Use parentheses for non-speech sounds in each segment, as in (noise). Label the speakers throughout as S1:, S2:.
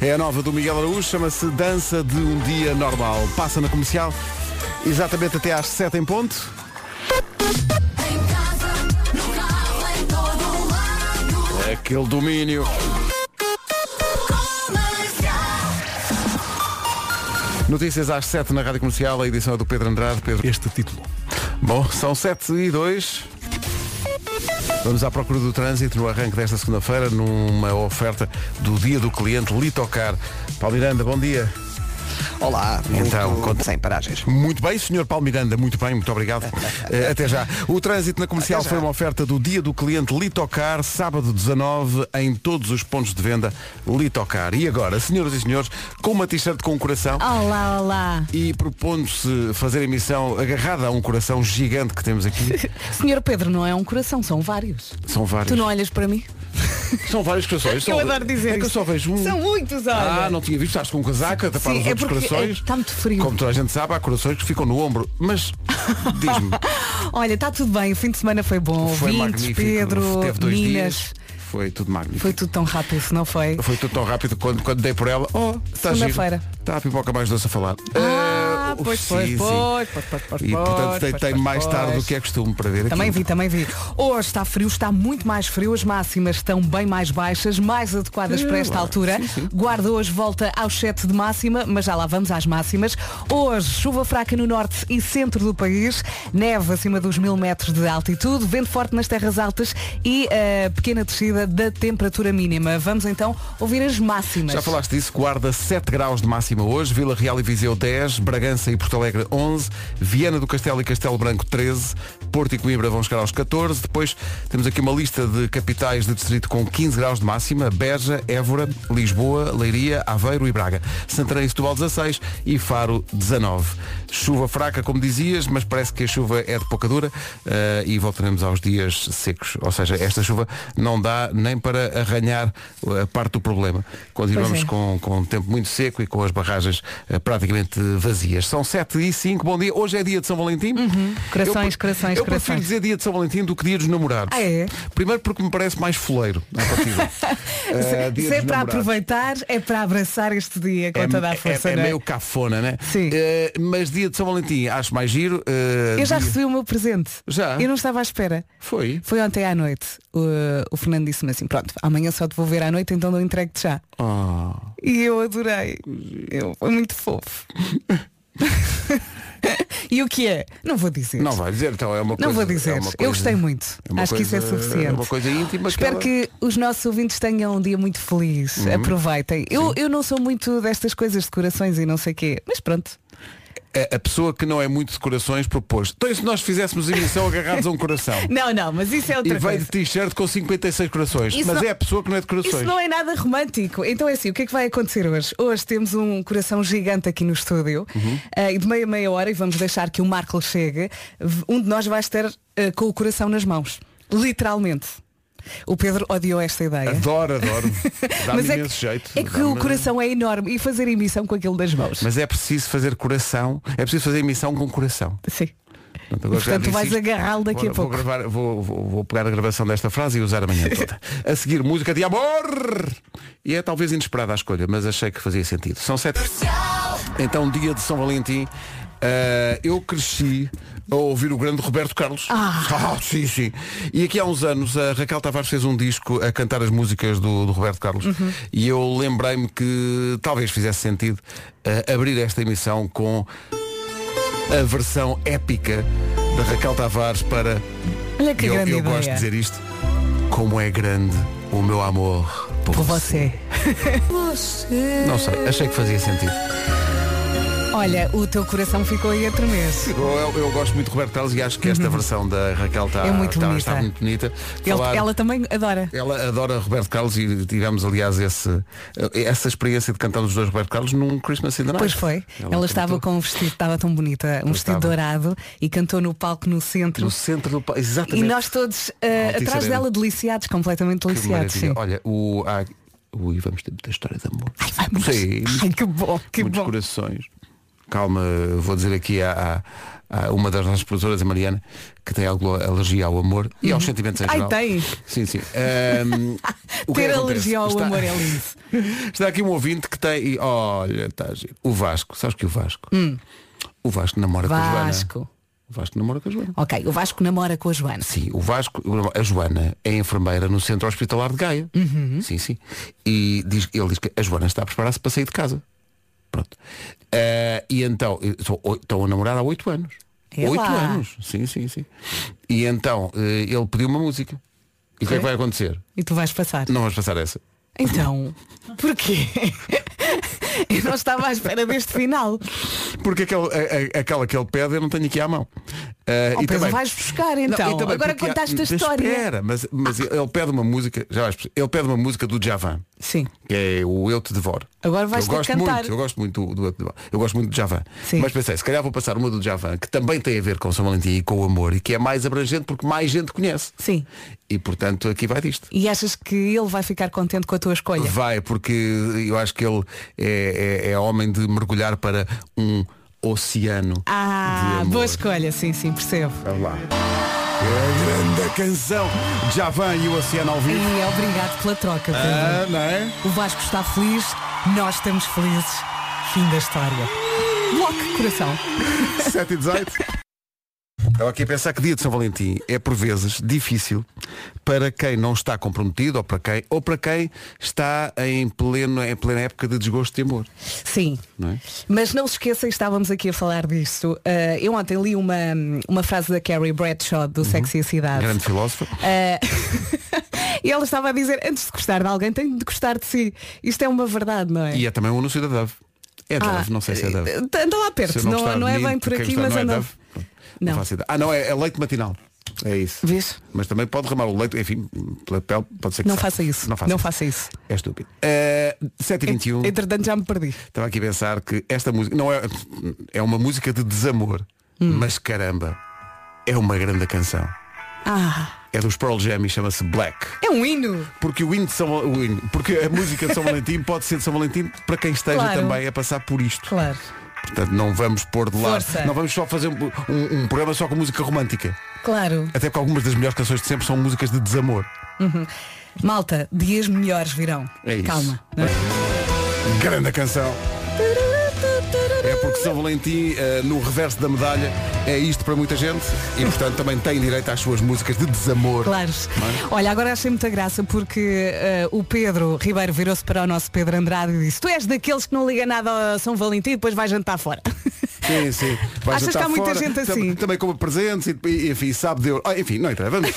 S1: É a nova do Miguel Araújo, chama-se Dança de um Dia Normal. Passa na comercial, exatamente até às 7 em ponto.
S2: Em casa, no carro, em todo lado.
S1: Aquele domínio.
S2: Comercial.
S1: Notícias às 7 na Rádio Comercial, a edição é do Pedro Andrade. Pedro.
S3: Este título.
S1: Bom, são 7 e 2. Vamos à procura do trânsito no arranque desta segunda-feira, numa oferta do Dia do Cliente Litocar. Paulo Miranda, bom dia.
S4: Olá,
S1: Então,
S4: muito
S1: conta-
S4: sem paragens.
S1: Muito bem, senhor Paulo Miranda, muito bem, muito
S5: (laughs)
S1: obrigado. Eh, Até já. O trânsito na comercial foi uma oferta do dia do cliente Litocar, sábado 19, em todos os pontos de venda Litocar. E agora, senhoras e senhores, com uma t-shirt com um coração
S5: Olá, olá.
S1: e propondo-se fazer emissão agarrada a um coração gigante que temos
S5: (laughs)
S1: aqui,
S5: Senhor Pedro, não é um coração, são vários.
S1: são vários.
S5: Tu não olhas para mim?
S1: São vários corações.
S5: (laughs) Eu
S1: são-
S5: adoro dizer
S1: É que eu
S5: isto.
S1: só vejo um.
S5: São muitos, olha.
S1: Ah, não tinha visto, estás com um casaco a tapar
S5: Sim,
S1: os
S5: é
S1: outros
S5: porque,
S1: corações.
S5: é, está muito frio.
S1: Como toda a gente sabe, há corações que ficam no ombro.
S5: (laughs)
S1: Mas diz-me,
S5: Olha, está tudo bem, o fim de semana foi bom.
S1: Foi
S5: Ouvintes,
S1: é magnífico.
S5: Pedro,
S1: Teve dois
S5: Minas.
S1: dias. Foi tudo magnífico.
S5: Foi
S1: Foi,
S5: tudo tão rápido, se não foi?
S1: tudo tão rápido quando, quando dei por ela. Oh, está
S5: Segunda-feira.
S1: Está a pipoca mais doce a falar.
S5: Ah,
S1: Eh,
S5: pois,
S1: sim,
S5: pois,
S1: sim.
S5: pois, pois, pois, pois,
S1: E portanto
S5: pois,
S1: tem,
S5: pois,
S1: tem
S5: pois,
S1: mais
S5: pois.
S1: tarde do que é costume para ver
S5: Também
S1: aquilo.
S5: vi, também vi. Hoje está frio, está muito mais frio, as máximas estão bem mais baixas, mais adequadas para esta altura. Guarda hoje volta aos 7 de máxima, mas já lá vamos às máximas. Hoje, chuva fraca no norte e centro do país, neve acima dos mil metros de altitude, vento forte nas terras altas e a pequena descida da temperatura mínima. Vamos então ouvir as máximas.
S1: Já falaste disso, guarda 7 graus de máxima hoje, Vila Real e Viseu 10, Bragança e Porto Alegre 11, Viana do Castelo e Castelo Branco 13, Porto e Coimbra vão chegar aos 14, depois temos aqui uma lista de capitais de distrito com 15 graus de máxima, Beja, Évora, Lisboa, Leiria, Aveiro e Braga, Santarém e Setúbal 16 e Faro 19. Chuva fraca, como dizias, mas parece que a chuva é de pouca dura eh, e voltaremos aos dias secos, ou seja, esta chuva não dá nem para arranhar a parte do problema. Continuamos
S5: Pois é.
S1: com, com um tempo muito seco e com as barragens eh, praticamente vazias. São 7 e 5, bom dia. Hoje é dia de São Valentim.
S5: Uhum. Corações,
S1: pre-
S5: corações,
S1: eu prefiro
S5: corações.
S1: dizer dia de São Valentim do que dia dos namorados.
S5: Ah, é?
S1: Primeiro porque me parece mais foleiro à
S5: (laughs)
S1: partida. Eh, dia
S5: Se se é
S1: dos
S5: para
S1: namorados.
S5: aproveitar, é para abraçar este dia com toda a força.
S1: é, é
S5: não é?
S1: meio cafona, né?
S5: Sim.
S1: Eh, mas dia de São Valentim, acho mais giro. eh,
S5: Eu já
S1: dia-
S5: recebi o meu presente.
S1: Já?
S5: Eu não estava à espera.
S1: Foi.
S5: Foi ontem à noite. O, o Fernando disse-me assim, pronto, amanhã só te vou ver à noite, então eu entrego-te já.
S1: Oh.
S5: E eu adorei. Eu, foi muito fofo. (laughs) e o que é? Não vou dizer.
S1: Não vai dizer, então é uma coisa.
S5: Não vou dizer.
S1: é uma
S5: eu
S1: coisa-
S5: gostei muito.
S1: é uma
S5: Acho que isso é
S1: coisa-
S5: suficiente.
S1: É uma coisa íntima.
S5: Espero
S1: ela-
S5: que os nossos ouvintes tenham um dia muito feliz.
S1: Uhum.
S5: Aproveitem. Eu, eu não sou muito destas coisas de corações e não sei o quê, mas pronto.
S1: A, a pessoa que não é muito de corações propôs. Então e se nós fizéssemos emissão agarrados a um coração?
S5: (laughs) Não, não, mas isso é
S1: E
S5: outra
S1: veio
S5: coisa.
S1: de t-shirt com 56 corações.
S5: Isso
S1: mas
S5: não-
S1: é a pessoa que não é de corações.
S5: Isso não é nada romântico. Então é assim, o que é que vai acontecer hoje? Hoje temos um coração gigante aqui no estúdio
S1: Uhum.
S5: eh, e de meia a meia hora, e vamos deixar que o Marco chegue, v- um de nós vai estar eh, com o coração nas mãos. Literalmente. O Pedro odiou esta ideia. (laughs)
S1: Adoro, adoro. Dá-me
S5: é. Mas
S1: imenso
S5: é que,
S1: jeito.
S5: é que o
S1: Dá-me-
S5: coração é enorme e fazer emissão com aquilo das mãos.
S1: Mas é preciso fazer coração. É preciso fazer emissão com coração.
S5: Sim.
S1: Portanto, agora já
S5: E, portanto,
S1: disse
S5: vais
S1: isto.
S5: agarrá-lo daqui a
S1: Vou-
S5: pouco.
S1: Vou, gravar- vou- vou- vou pegar a gravação desta frase e usar amanhã
S5: (laughs)
S1: toda. A seguir, música de amor! E é talvez inesperada a escolha, mas achei que fazia sentido. São sete. Então, dia de São Valentim. eh, eu cresci a ouvir o grande Roberto Carlos. Ah. sim, sim. E aqui há uns anos a Raquel Tavares fez um disco a cantar as músicas do, do Roberto Carlos.
S5: Uhum.
S1: E eu lembrei-me que talvez fizesse sentido eh, abrir esta emissão com a versão épica da Raquel Tavares para
S5: Olha que
S1: eu,
S5: grande
S1: eu
S5: ideia.
S1: gosto de dizer isto como é grande o meu amor por,
S5: Por você.
S1: Não sei, achei que fazia sentido.
S5: Olha, o teu coração ficou aí a tremer.
S1: Eu, eu gosto muito de Roberto Carlos e acho que esta versão da Raquel está,
S5: Uhum. É muito
S1: está,
S5: bonita.
S1: está muito bonita.
S5: Ele-
S1: Falar-
S5: ela também adora.
S1: ela adora Roberto Carlos e tivemos aliás esse, essa experiência de cantar os dois Roberto Carlos num Christmas in the Night.
S5: Pois foi. Ela,
S1: cantou
S5: estava com um vestido, estava tão bonita, um vestido
S1: estava.
S5: dourado e cantou no palco no centro.
S1: no centro do pa-
S5: e
S1: exatamente.
S5: nós todos eh,
S1: Altice
S5: atrás
S1: Arena.
S5: dela deliciados, completamente
S1: Que
S5: deliciados.
S1: maravilha.
S5: Sim.
S1: Olha, o há- ui, vamos ter muita história de amor.
S5: (laughs) Ai, mas-
S1: Sim,
S5: ai, que bom, que
S1: muitos
S5: bom.
S1: corações. Calma, vou dizer aqui à, à- ah, uma das nossas produtoras, a Mariana, que tem alguma alergia ao amor e aos sentimentos em
S5: Uhum. Ai,
S1: geral.
S5: tem.
S1: Sim, sim.
S5: (laughs)
S1: Ahm, o que é
S5: Ter
S1: que acontece?
S5: alergia ao
S1: Está-
S5: amor é lindo.
S1: (laughs) Está aqui um ouvinte que tem. E, olha, está a giro. O Vasco, sabes que o Vasco? O Vasco namora com a Joana.
S5: Hum. Vasco.
S1: O Vasco namora com a Joana.
S5: Ok, o Vasco namora com a Joana.
S1: Sim, o Vasco, a Joana é enfermeira no centro hospitalar de Gaia.
S5: Uhum.
S1: Sim, sim. E diz, ele diz que a Joana está a preparar-se para sair de casa. Pronto. Eh, e então, eh, são oi- estão a namorar há oito anos.
S5: É
S1: Oito
S5: lá.
S1: anos. Sim, sim, sim. E então, eh, ele pediu uma música. E o que é que
S5: Ok.
S1: vai acontecer?
S5: E tu vais passar.
S1: Não vamos passar essa.
S5: Então, porquê? (laughs) Eu não estava à espera deste final.
S1: Porque aquele, a- a- aquela que ele pede eu não tenho aqui à mão. Eh,
S5: Oh, Pedro, vais buscar,
S1: Não,
S5: então.
S1: e também
S5: Agora
S1: porque há-
S5: contaste a
S1: mas
S5: história.
S1: Espera, mas, mas ele pede uma música, já vais perceber, ele pede uma música do Javan.
S5: Sim.
S1: que é o Eu Te Devoro.
S5: Agora vais
S1: eu
S5: ter
S1: gosto
S5: que cantar.
S1: Muito, eu gosto muito do, do Eu Te Devoro. Eu gosto muito do Javan.
S5: Sim.
S1: Mas pensei, se calhar vou passar uma do Javan, que também tem a ver com São Valentim e com o amor, e que é mais abrangente porque mais gente conhece.
S5: Sim.
S1: E portanto aqui vai disto.
S5: E achas que ele vai ficar contente com a tua escolha?
S1: Vai, porque eu acho que ele é, é- é homem de mergulhar para um oceano de
S5: Ah,
S1: amor.
S5: boa escolha, sim, sim, percebo.
S1: Vamos lá. É a grande canção. Javan e o oceano ao vivo.
S5: E obrigado pela troca, Pedro.
S1: Ah, não é?
S5: O Vasco está feliz, nós estamos felizes. Fim da história. Bloco coração.
S1: 7 e 18. Estava aqui a pensar que dia de São Valentim é por vezes difícil para quem não está comprometido ou para quem, ou para quem está em, pleno, em plena época de desgosto e amor.
S5: Sim.
S1: Não é?
S5: Mas não se esqueçam, estávamos aqui a falar disto. Ah, eu ontem li uma, uma frase da Carrie Bradshaw do Sexy e a Cidade.
S1: Uhum. Grande filósofo.
S5: Ah, (laughs) e ela estava a dizer, antes de gostar de alguém, tem de gostar de si. Isto é uma verdade, não é?
S1: E é também um anúncio da Dove. É Dove, não sei se é Dove.
S5: Anda lá
S1: Se eu
S5: perto, Ah, eh, não,
S1: gostar
S5: não,
S1: de
S5: é
S1: mim,
S5: bem por
S1: quem
S5: aqui,
S1: gostar
S5: mas
S1: não é
S5: anda.
S1: Dove. Não.
S5: Não.
S1: faço ideia. Ah, não, é, é leite matinal. É isso.
S5: Vês?
S1: Mas também pode derramar o leite, enfim, pela pele, pode ser que
S5: Não
S1: saia.
S5: faça É, isso.
S1: Não faça isso.
S5: isso.
S1: É estúpido. Eh, 7h21.
S5: Entretanto já me perdi.
S1: Estava aqui a pensar que esta música não é, é uma música de desamor,
S5: Hum.
S1: mas caramba, é uma grande canção.
S5: Ah,
S1: É dos Pearl Jam e chama-se Black.
S5: é um hino.
S1: Porque o hino de São o hino- porque a música de
S5: (laughs)
S1: São Valentim pode ser de São Valentim para quem esteja
S5: Claro.
S1: também a passar por isto.
S5: Claro.
S1: Portanto, não vamos pôr de lado.
S5: Força.
S1: Não vamos só fazer um, um- um programa só com música romântica.
S5: Claro.
S1: Até porque algumas das melhores canções de sempre são músicas de desamor.
S5: Malta, dias melhores virão.
S1: É isso.
S5: Calma. não é?
S1: Grande canção. É porque São Valentim, eh, no reverso da medalha, é isto para muita gente e, portanto, também tem direito às suas músicas de desamor.
S5: Claro. Olha, agora achei muita graça porque eh, o Pedro Ribeiro virou-se para o nosso Pedro Andrade e disse tu és daqueles que não liga nada ao São Valentim e depois vais jantar fora.
S1: Sim, sim. Vai
S5: Achas
S1: jantar
S5: que há muita
S1: fora,
S5: gente
S1: tam-
S5: assim?
S1: Também como presentes e, e, enfim, sabe de... Ah, enfim, não entra. Vamos,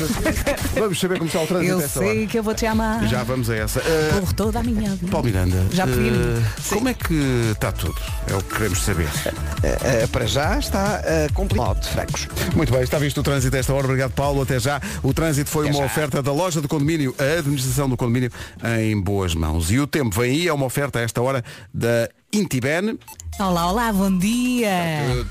S1: vamos saber como está o trânsito a
S5: Eu
S1: esta
S5: sei que eu vou te amar
S1: hora. Já vamos a essa. Eh,
S5: por toda a minha vida.
S1: Paulo Miranda,
S5: Já pedi.
S1: eh,
S5: Sim.
S1: como é que está tudo? É o que queremos saber.
S3: Uh, para já está uh, complicado, francos.
S1: Muito bem, está visto o trânsito a esta hora. Obrigado, Paulo. Até já. O trânsito foi uma oferta da loja do condomínio, a administração do condomínio em boas mãos. E o tempo vem aí, é uma oferta a esta hora da Intiben.
S5: Olá, olá, bom dia.
S1: Eh,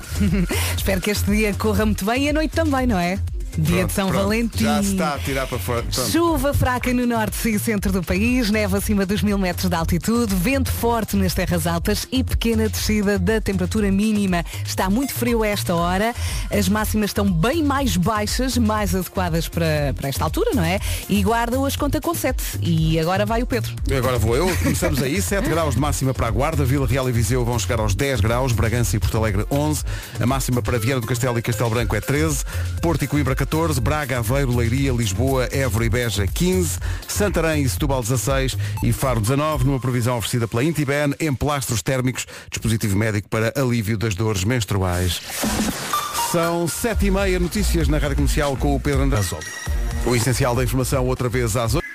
S5: Espero que este dia corra muito bem e a noite também, não é? Dia
S1: Pronto,
S5: de São
S1: pronto.
S5: Valentim.
S1: Já se está a tirar para fora. Pronto.
S5: Chuva fraca no norte e centro do país, neve acima dos mil metros de altitude, vento forte nas terras altas e pequena descida da temperatura mínima. Está muito frio a esta hora, as máximas estão bem mais baixas, mais adequadas para, para esta altura, não é? E guarda hoje conta com 7. E agora vai o Pedro.
S1: Agora vou eu. Começamos aí. 7 graus de máxima para a Guarda. Vila Real e Viseu vão chegar aos 10 graus. Bragança e Porto Alegre 11. A máxima para Viana do Castelo e Castelo Branco é 13. Porto e Coimbra 14. Braga, Aveiro, Leiria, Lisboa, Évora e Beja 15. Santarém e Setúbal 16. E Faro 19. Numa previsão oferecida pela Intiben. Emplastros térmicos. Dispositivo médico para alívio das dores menstruais. São 7h30 notícias na Rádio Comercial com o Pedro Andrade. O essencial da informação outra vez às 8.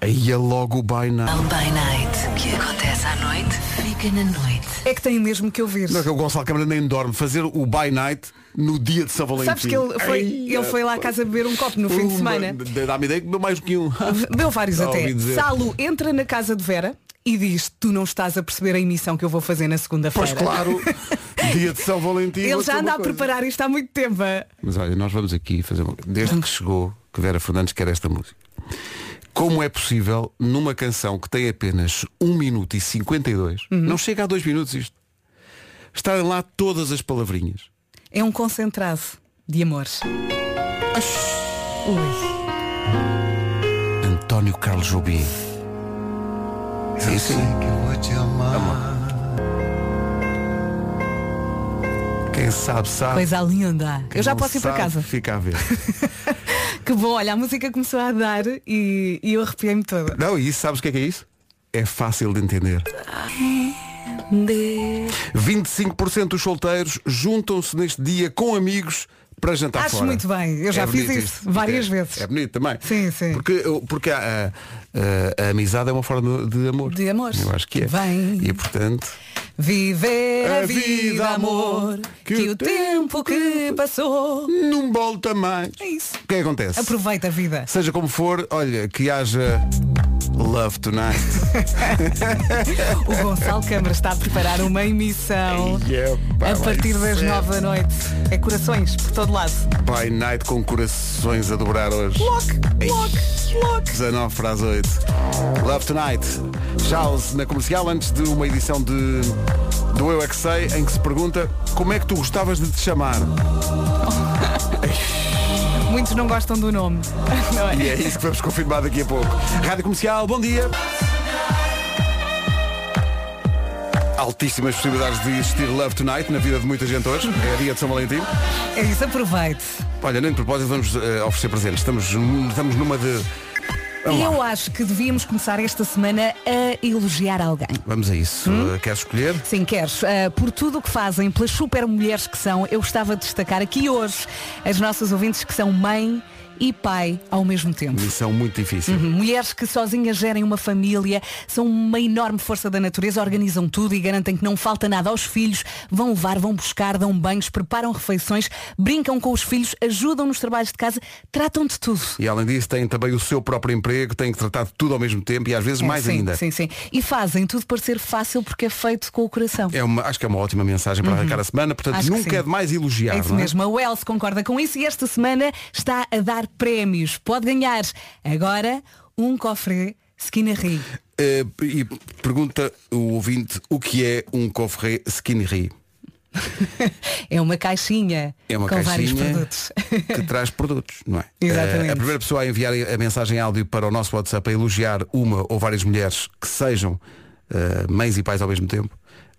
S1: Aí é logo o Baina.
S4: By Night. O que acontece à noite, fica na noite.
S5: É que tem mesmo que ouvir.
S1: Não é que o Gonçalo Câmara nem dorme. Fazer o by night no dia de São Valentim.
S5: Sabes que ele foi,
S1: Ai,
S5: ele foi lá a casa beber um copo no fim de
S1: uma-
S5: semana.
S1: d- Dá-me ideia que bebeu mais do que um.
S5: (laughs) Deu vários
S1: Já
S5: até.
S1: ouvi dizer.
S5: Salo entra na casa de Vera e diz, tu não estás a perceber a emissão que eu vou fazer na segunda-feira.
S1: Pois
S5: (laughs)
S1: claro, dia de São Valentim.
S5: Ele
S1: vou-te dizer
S5: já
S1: uma
S5: anda a
S1: coisa.
S5: preparar isto há muito tempo.
S1: Mas olha, nós vamos aqui fazer uma... Desde que chegou, que Vera Fernandes quer esta música. Como é possível, numa canção que tem apenas 1 minuto e
S5: Uhum.
S1: 52, não chega a 2 minutos isto, estarem lá todas as palavrinhas.
S5: É um concentrado de amores. Ui.
S1: António Carlos Jobim. Sim, sim. Amor. Quem sabe, sabe.
S5: Coisa linda.
S1: Quem
S5: é. Eu já
S1: Ah. não
S5: posso ir para
S1: sabe,
S5: casa.
S1: Fica a ver. (laughs)
S5: Que bom, olha, a música começou a dar e, e eu arrepiei-me toda.
S1: Não, e isso, sabes o que é que é isso? É fácil de entender. 25% dos solteiros juntam-se neste dia com amigos para jantar
S5: Acho
S1: fora. É
S5: muito bem. Eu já fiz
S1: bonito
S5: isso
S1: isto.
S5: várias
S1: é,
S5: vezes.
S1: É bonito também.
S5: Sim, sim.
S1: Porque, porque a, a- a amizade é uma forma de de amor.
S5: De amor.
S1: Eu acho que é.
S5: Vem.
S1: E portanto,
S5: Viver
S1: A
S5: a
S1: vida,
S5: vida, amor,
S1: que
S5: que,
S1: o
S5: o tempo que passou.
S1: não volta mais.
S5: É isso.
S1: O que é que acontece?
S5: Aproveita a vida.
S1: Seja como for, olha, que haja love
S5: (laughs)
S1: tonight.
S5: O
S1: (laughs)
S5: Gonçalo Câmara está a preparar uma emissão
S1: é,
S5: a partir das nove da noite. É corações por todo lado.
S1: By night com corações a dobrar hoje.
S5: Lock, lock, lock.
S1: 19 para as 8. Love Tonight. Charles na comercial, antes de uma edição de do Eu é que Sei, em que se pergunta como é que tu gostavas de te chamar.
S5: Muitos não gostam do nome. Não é?
S1: E é isso que vamos confirmar daqui a pouco. Rádio Comercial, bom dia. Altíssimas possibilidades de existir Love Tonight na vida de muita gente hoje. É dia de São Valentim.
S5: É isso, aproveite.
S1: Olha, nem de propósito vamos eh, oferecer presentes. Estamos, num- estamos numa de. Vamos
S5: E
S1: lá.
S5: eu acho que devíamos começar esta semana a elogiar alguém.
S1: Vamos a isso. Eh, Queres escolher?
S5: Sim, queres. Ah, por tudo o que fazem, pelas super mulheres que são, eu gostava de destacar aqui hoje as nossas ouvintes que são mãe e pai ao mesmo tempo.
S1: Missão muito difícil.
S5: Uhum. Mulheres que sozinhas gerem uma família, são uma enorme força da natureza, organizam tudo e garantem que não falta nada aos filhos, vão levar, vão buscar, dão banhos, preparam refeições, brincam com os filhos, ajudam nos trabalhos de casa, tratam de tudo.
S1: E além disso têm também o seu próprio emprego, têm que tratar de tudo ao mesmo tempo e às vezes
S5: É,
S1: mais
S5: sim,
S1: ainda.
S5: Sim, sim. E fazem tudo parecer fácil porque é feito com o coração.
S1: É uma, acho que é uma ótima mensagem para arrancar a semana, portanto
S5: Uhum. Acho que
S1: nunca
S5: sim.
S1: é demais elogiar.
S5: É isso
S1: não é?
S5: mesmo, a Wells concorda com isso e esta semana está a dar prémios. Pode ganhar agora um cofre Skinnery.
S1: Eh, e pergunta o ouvinte o que é um cofre skinnery.
S5: (laughs) É uma caixinha
S1: É uma
S5: com vários
S1: caixinha
S5: produtos.
S1: que traz produtos,
S5: (laughs)
S1: não é?
S5: Exatamente.
S1: Eh, a primeira pessoa a enviar a mensagem áudio para o nosso WhatsApp a elogiar uma ou várias mulheres que sejam eh, mães e pais ao mesmo tempo,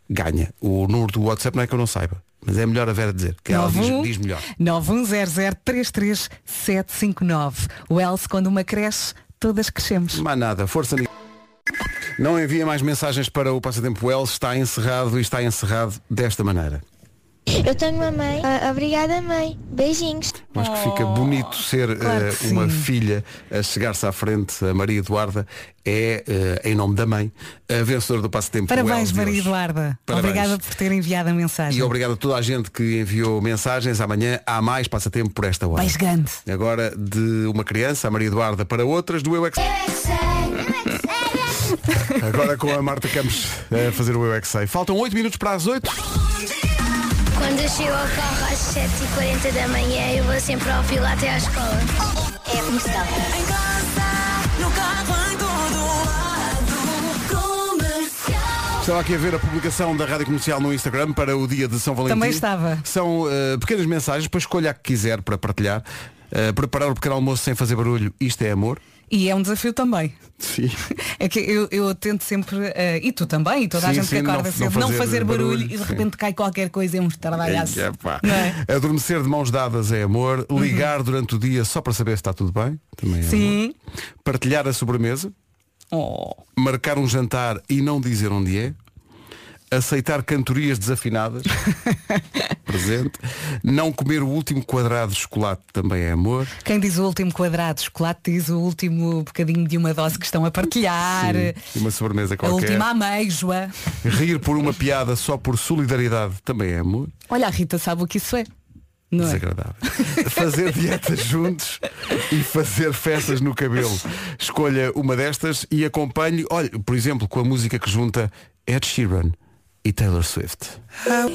S1: ganha. O número do WhatsApp não é que eu não saiba, mas é melhor a Vera dizer, que ela diz, diz melhor.
S5: 910033759. Wells, quando uma cresce, todas crescemos.
S1: Mais nada, força nisso. Não envia mais mensagens para o Passatempo Wells, está encerrado e está encerrado desta maneira.
S6: Eu tenho uma mãe. Ah, obrigada, mãe. Beijinhos.
S1: Eu Acho que fica bonito ser
S5: Oh, claro
S1: eh,
S5: que
S1: uma
S5: sim.
S1: filha a chegar-se à frente, a Maria Eduarda, é, eh, em nome da mãe, a vencedora do Passatempo Wells
S5: Parabéns,
S1: de
S5: Maria
S1: hoje.
S5: Eduarda.
S1: Parabéns.
S5: Obrigada por ter enviado a mensagem.
S1: E obrigado a toda a gente que enviou mensagens. Amanhã há mais Passatempo por esta hora.
S5: Beijo grande.
S1: Agora de uma criança, a Maria Eduarda, para outras, do Eu é Que Sei. Agora com a Marta Campos a fazer o Eu é Que Sei. Faltam 8 minutos para as 8.
S6: Quando eu chego ao carro às 7h40 da manhã, eu vou sempre ao filo até à escola. É comercial.
S2: Em casa, no carro, em todo lado. Comercial.
S1: Estava aqui a ver a publicação da Rádio Comercial no Instagram para o dia de São Valentim.
S5: Também estava.
S1: São eh, pequenas mensagens para escolha a que quiser para partilhar. Eh, preparar o pequeno almoço sem fazer barulho, isto é amor.
S5: E é um desafio também.
S1: Sim.
S5: É que eu, eu tento sempre, eh, e tu também, e toda a
S1: Sim,
S5: gente
S1: sim,
S5: que acorda
S1: não-
S5: cedo,
S1: não
S5: não,
S1: fazer
S5: fazer, barulho,
S1: barulho,
S5: e de
S1: sim.
S5: repente cai qualquer coisa e é um trabalhaço. Não é? Uhum.
S1: Adormecer de mãos dadas é amor. Ligar durante o dia só para saber se está tudo bem. Também é amor. (laughs)
S5: Sim.
S1: Partilhar a sobremesa.
S5: Oh.
S1: Marcar um jantar e não dizer onde é. Aceitar cantorias
S5: (laughs)
S1: desafinadas. Presente. Não comer o último quadrado de chocolate também é amor.
S5: Quem diz o último quadrado de chocolate diz o último bocadinho de uma dose que estão a partilhar.
S1: Sim, uma sobremesa
S5: A
S1: qualquer.
S5: última ameijoa.
S1: Rir por uma piada só por solidariedade também é amor.
S5: Olha, a Rita sabe o que isso é. Não é?
S1: Desagradável.
S5: (laughs)
S1: fazer dietas juntos e fazer festas no cabelo. Escolha uma destas e acompanhe, olha, por exemplo, com a música que junta Ed Sheeran e Taylor Swift.
S5: Ah.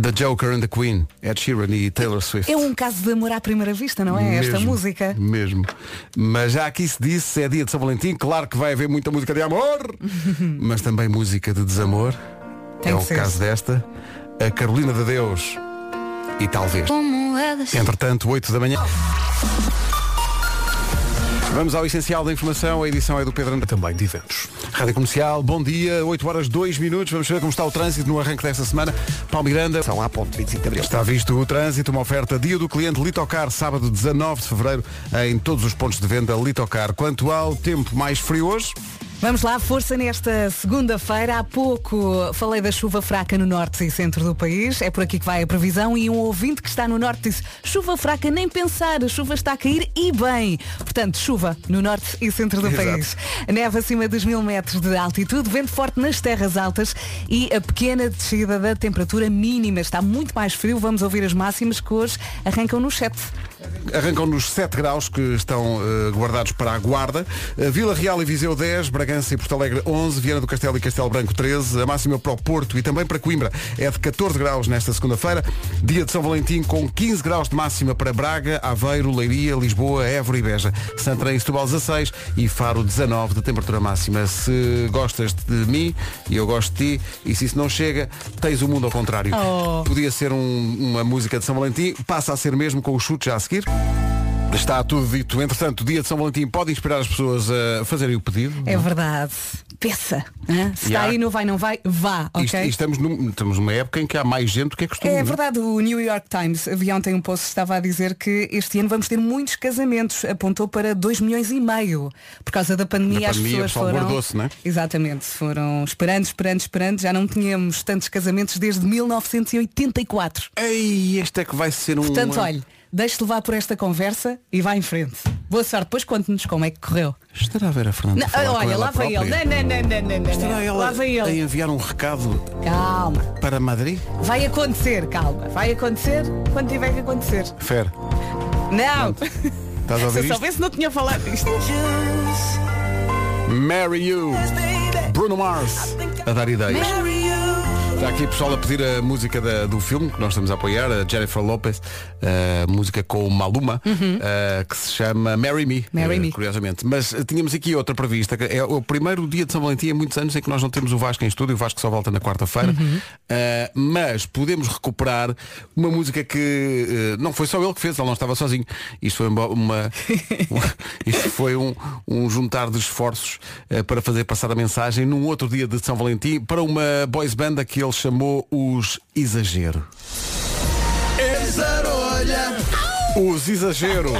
S1: The Joker and the Queen, Ed Sheeran e Taylor Swift.
S5: É um caso de amor à primeira vista, não é? Esta
S1: Mesmo,
S5: música.
S1: Mesmo. Mas já aqui se disse, é dia de São Valentim, claro que vai haver muita música de
S5: (laughs)
S1: amor, mas também música de desamor.
S5: Tem
S1: é
S5: que
S1: o
S5: ser.
S1: caso desta. A Carolina de Deus e talvez.
S2: Como elas.
S1: Entretanto, 8 da manhã. Vamos ao essencial da informação, a edição é do Pedro André, também de eventos. Rádio Comercial, bom dia, 8 horas 2 minutos, vamos ver como está o trânsito no arranque desta semana. Paulo Miranda.
S3: São à ponte 25 de Abril.
S1: Está visto o trânsito, uma oferta dia do cliente Litocar, sábado 19 de fevereiro, em todos os pontos de venda Litocar. Quanto ao tempo mais frio hoje,
S5: Vamos lá, força nesta segunda-feira. Há pouco falei da chuva fraca no norte e centro do país. É por aqui que vai a previsão e um ouvinte que está no norte disse chuva fraca, nem pensar, a chuva está a cair e bem. Portanto, chuva no norte e centro do país. Neve acima dos mil metros de altitude, vento forte nas terras altas e a pequena descida da temperatura mínima. Está muito mais frio, vamos ouvir as máximas que hoje arrancam nos 7.
S1: Arrancam nos 7 graus que estão eh, guardados para a guarda. Eh, Vila Real e Viseu 10, Bragança e Porto Alegre 11, Viana do Castelo e Castelo Branco 13, a máxima para o Porto e também para Coimbra é de 14 graus nesta segunda-feira. Dia de São Valentim com 15 graus de máxima para Braga, Aveiro, Leiria, Lisboa, Évora e Beja. Santarém e Setúbal 16 e Faro 19 de temperatura máxima. Se gostas de mim e eu gosto de ti e se isso não chega, tens o mundo ao contrário.
S5: Oh.
S1: Podia ser um- uma música de São Valentim, passa a ser mesmo com os chutes já a seguir. Está tudo dito. Entretanto, o dia de São Valentim pode inspirar as pessoas a fazerem o pedido.
S5: É verdade. Peça. hã? Se está
S1: Yeah.
S5: aí, não vai, não vai, vá, É, ok?
S1: Isto- e estamos, num- estamos numa época em que há mais gente do que é costume.
S5: É
S1: não
S5: verdade, o New York Times, havia ontem um post que estava a dizer que este ano vamos ter muitos casamentos, apontou para 2 milhões e meio. Por causa da pandemia,
S1: Da
S5: as
S1: pandemia,
S5: pessoas
S1: o pessoal
S5: foram.
S1: guardou-se, não é?
S5: Exatamente, foram esperando, esperando, esperando. Já não tínhamos tantos casamentos desde 1984.
S1: Ei, este é que vai ser um.
S5: Portanto, olhe, deixe-te levar por esta conversa e vá em frente. Boa sorte, depois conte-nos como é que correu.
S1: Estará a ver a Fernanda.
S5: Não,
S1: a falar com
S5: olha,
S1: ela
S5: lá vai
S1: própria?
S5: ele. Não, não, não, não, não, não.
S1: Estará ela
S5: Lá vai
S1: a
S5: ele.
S1: enviar um recado
S5: Calma.
S1: para Madrid?
S5: Vai acontecer, calma. Vai acontecer quando tiver que acontecer.
S1: Fer,
S5: Não!
S1: estás a
S5: Se eu
S1: ouvir isto?
S5: soubesse não tinha falado isto.
S1: Marry You, Bruno Mars, a dar ideias. Está aqui o pessoal a pedir a música da- do filme que nós estamos a apoiar, a Jennifer Lopez, a música com o Maluma, eh, que se chama Marry Me,
S5: Uhum. Marry
S1: eh,
S5: Me.
S1: curiosamente. Mas eh, tínhamos aqui outra prevista, que é o primeiro dia de São Valentim em muitos anos em que nós não temos o Vasco em estúdio, o Vasco só volta na quarta-feira, Eh, mas podemos recuperar uma música que eh, não foi só ele que fez, ele não estava sozinho. Isto foi uma, uma- isto foi um, um juntar de esforços eh, para fazer passar a mensagem num outro dia de São Valentim para uma boys banda que ele chamou os Exagero. Os Exagero.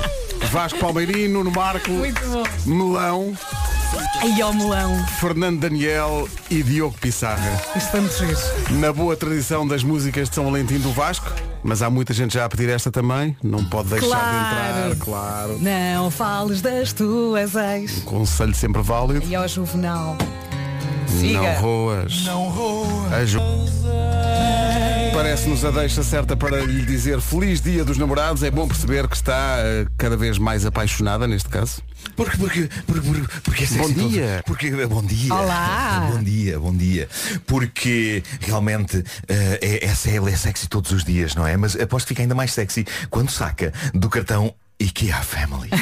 S1: Vasco Palmeirinho, Nuno Marco,
S5: (laughs) Muito bom.
S1: Melão,
S5: Ai, ó melão.
S1: Fernando Daniel e Diogo Pissarra.
S5: Isto vamos ver.
S1: Na boa tradição das músicas de São Valentim do Vasco, mas há muita gente já a pedir esta também, não pode deixar de
S5: Claro.
S1: entrar, claro.
S5: Não fales das tuas ex.
S1: Conselho sempre válido.
S5: E ao juvenal.
S1: Não
S5: Siga.
S1: roas. Não roas. Parece-nos a deixa certa para lhe dizer Feliz Dia dos Namorados. É bom perceber que está eh, cada vez mais apaixonada, neste caso.
S7: Porque, porque, porque, porque, porque é sexy
S1: Bom
S7: todo.
S1: dia.
S7: Porque, eh, bom dia. (laughs)
S5: Olá.
S7: Bom dia, bom dia. Porque realmente eh, é, essa ele é sexy todos os dias, não é? Mas aposto que fica ainda mais sexy quando saca do cartão IKEA Family.
S5: (laughs)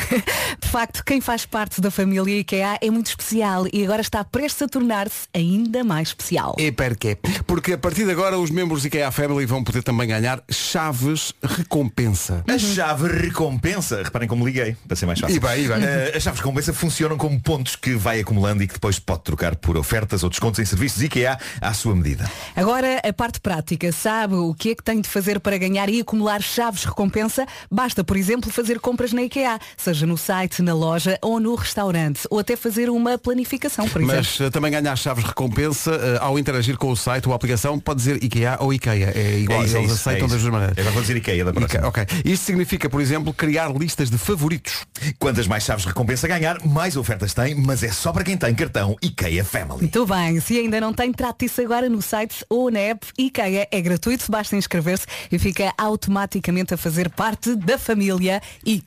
S5: De facto, quem faz parte da família IKEA é muito especial e agora está prestes a tornar-se ainda mais especial.
S1: E porquê? Porque a partir de agora os membros IKEA Family vão poder também ganhar chaves recompensa.
S7: A chave recompensa, reparem como liguei, para ser mais fácil.
S1: E bem, e bem.
S7: Eh, as chaves recompensa funcionam como pontos que vai acumulando e que depois pode trocar por ofertas ou descontos em serviços IKEA à sua medida.
S5: Agora, a parte prática. Sabe o que é que tem de fazer para ganhar e acumular chaves recompensa? Basta, por exemplo, fazer compras na IKEA, seja no site, na loja ou no restaurante, ou até fazer uma planificação, por exemplo.
S1: Mas eh, também ganhar chaves recompensa eh, ao interagir com o site ou a aplicação pode dizer IKEA ou IKEA. É igual,
S7: É isso, é
S1: eles
S7: isso, é
S1: aceitam
S7: isso.
S1: das duas maneiras.
S7: Agora vou dizer IKEA da próxima.
S1: Ica- ok. Isto significa, por exemplo, criar listas de favoritos.
S7: Quantas mais chaves recompensa ganhar, mais ofertas tem, mas é só para quem tem cartão IKEA Family.
S5: Muito bem, se ainda não tem, trate isso agora no site ou na app IKEA. É gratuito, basta inscrever-se e fica automaticamente a fazer parte da família IKEA.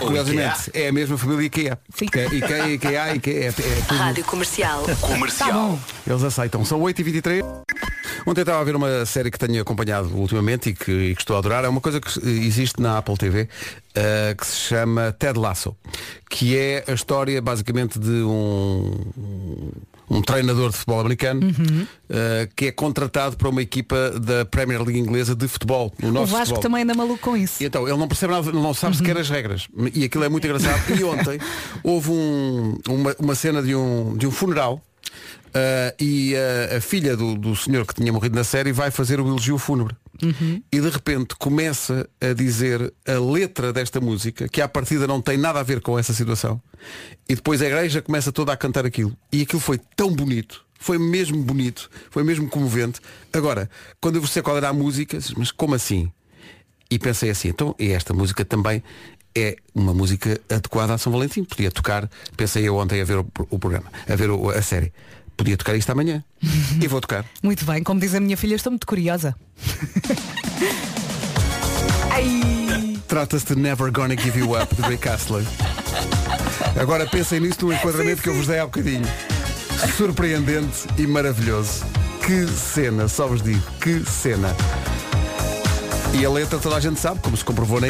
S1: Curiosamente, é a mesma família IKEA.
S5: Sim.
S1: Que é IKEA, IKEA, IKEA. É, é tudo-
S4: Rádio Comercial.
S1: Eles aceitam. São 8h23. Ontem estava a ver uma série que tenho acompanhado ultimamente e que, e que estou a adorar. É uma coisa que eh, existe na Apple TV eh, que se chama Ted Lasso, que é a história basicamente de um, um treinador de futebol americano
S5: Uhum.
S1: eh, que é contratado para uma equipa da Premier League inglesa de futebol. O
S5: O
S1: nosso
S5: Vasco
S1: futebol.
S5: também anda maluco com isso.
S1: E então, ele não percebe nada, não sabe sequer as regras. E aquilo é muito engraçado. E ontem houve um- uma, uma cena de um, de um funeral. ah, e ah, a filha do, do senhor que tinha morrido na série vai fazer o elogio fúnebre e de repente começa a dizer a letra desta música que à partida não tem nada a ver com essa situação e depois a igreja começa toda a cantar aquilo e aquilo foi tão bonito foi mesmo bonito foi mesmo comovente agora quando eu vos sei qual era a música disse, mas como assim e pensei assim, então e esta música também é uma música adequada a São Valentim. Podia tocar, pensei eu ontem a ver o, o programa, a ver o- a série. Podia tocar isto amanhã. e vou tocar.
S5: Muito bem, como diz a minha filha, estou muito curiosa. (laughs) Ai,
S1: Trata-se de Never Gonna Give You Up de Ray Castler. Agora pensem nisso no enquadramento que eu vos dei há bocadinho. Surpreendente e maravilhoso. Que cena, só vos digo, que cena. E a letra toda a gente sabe, como se comprovou na.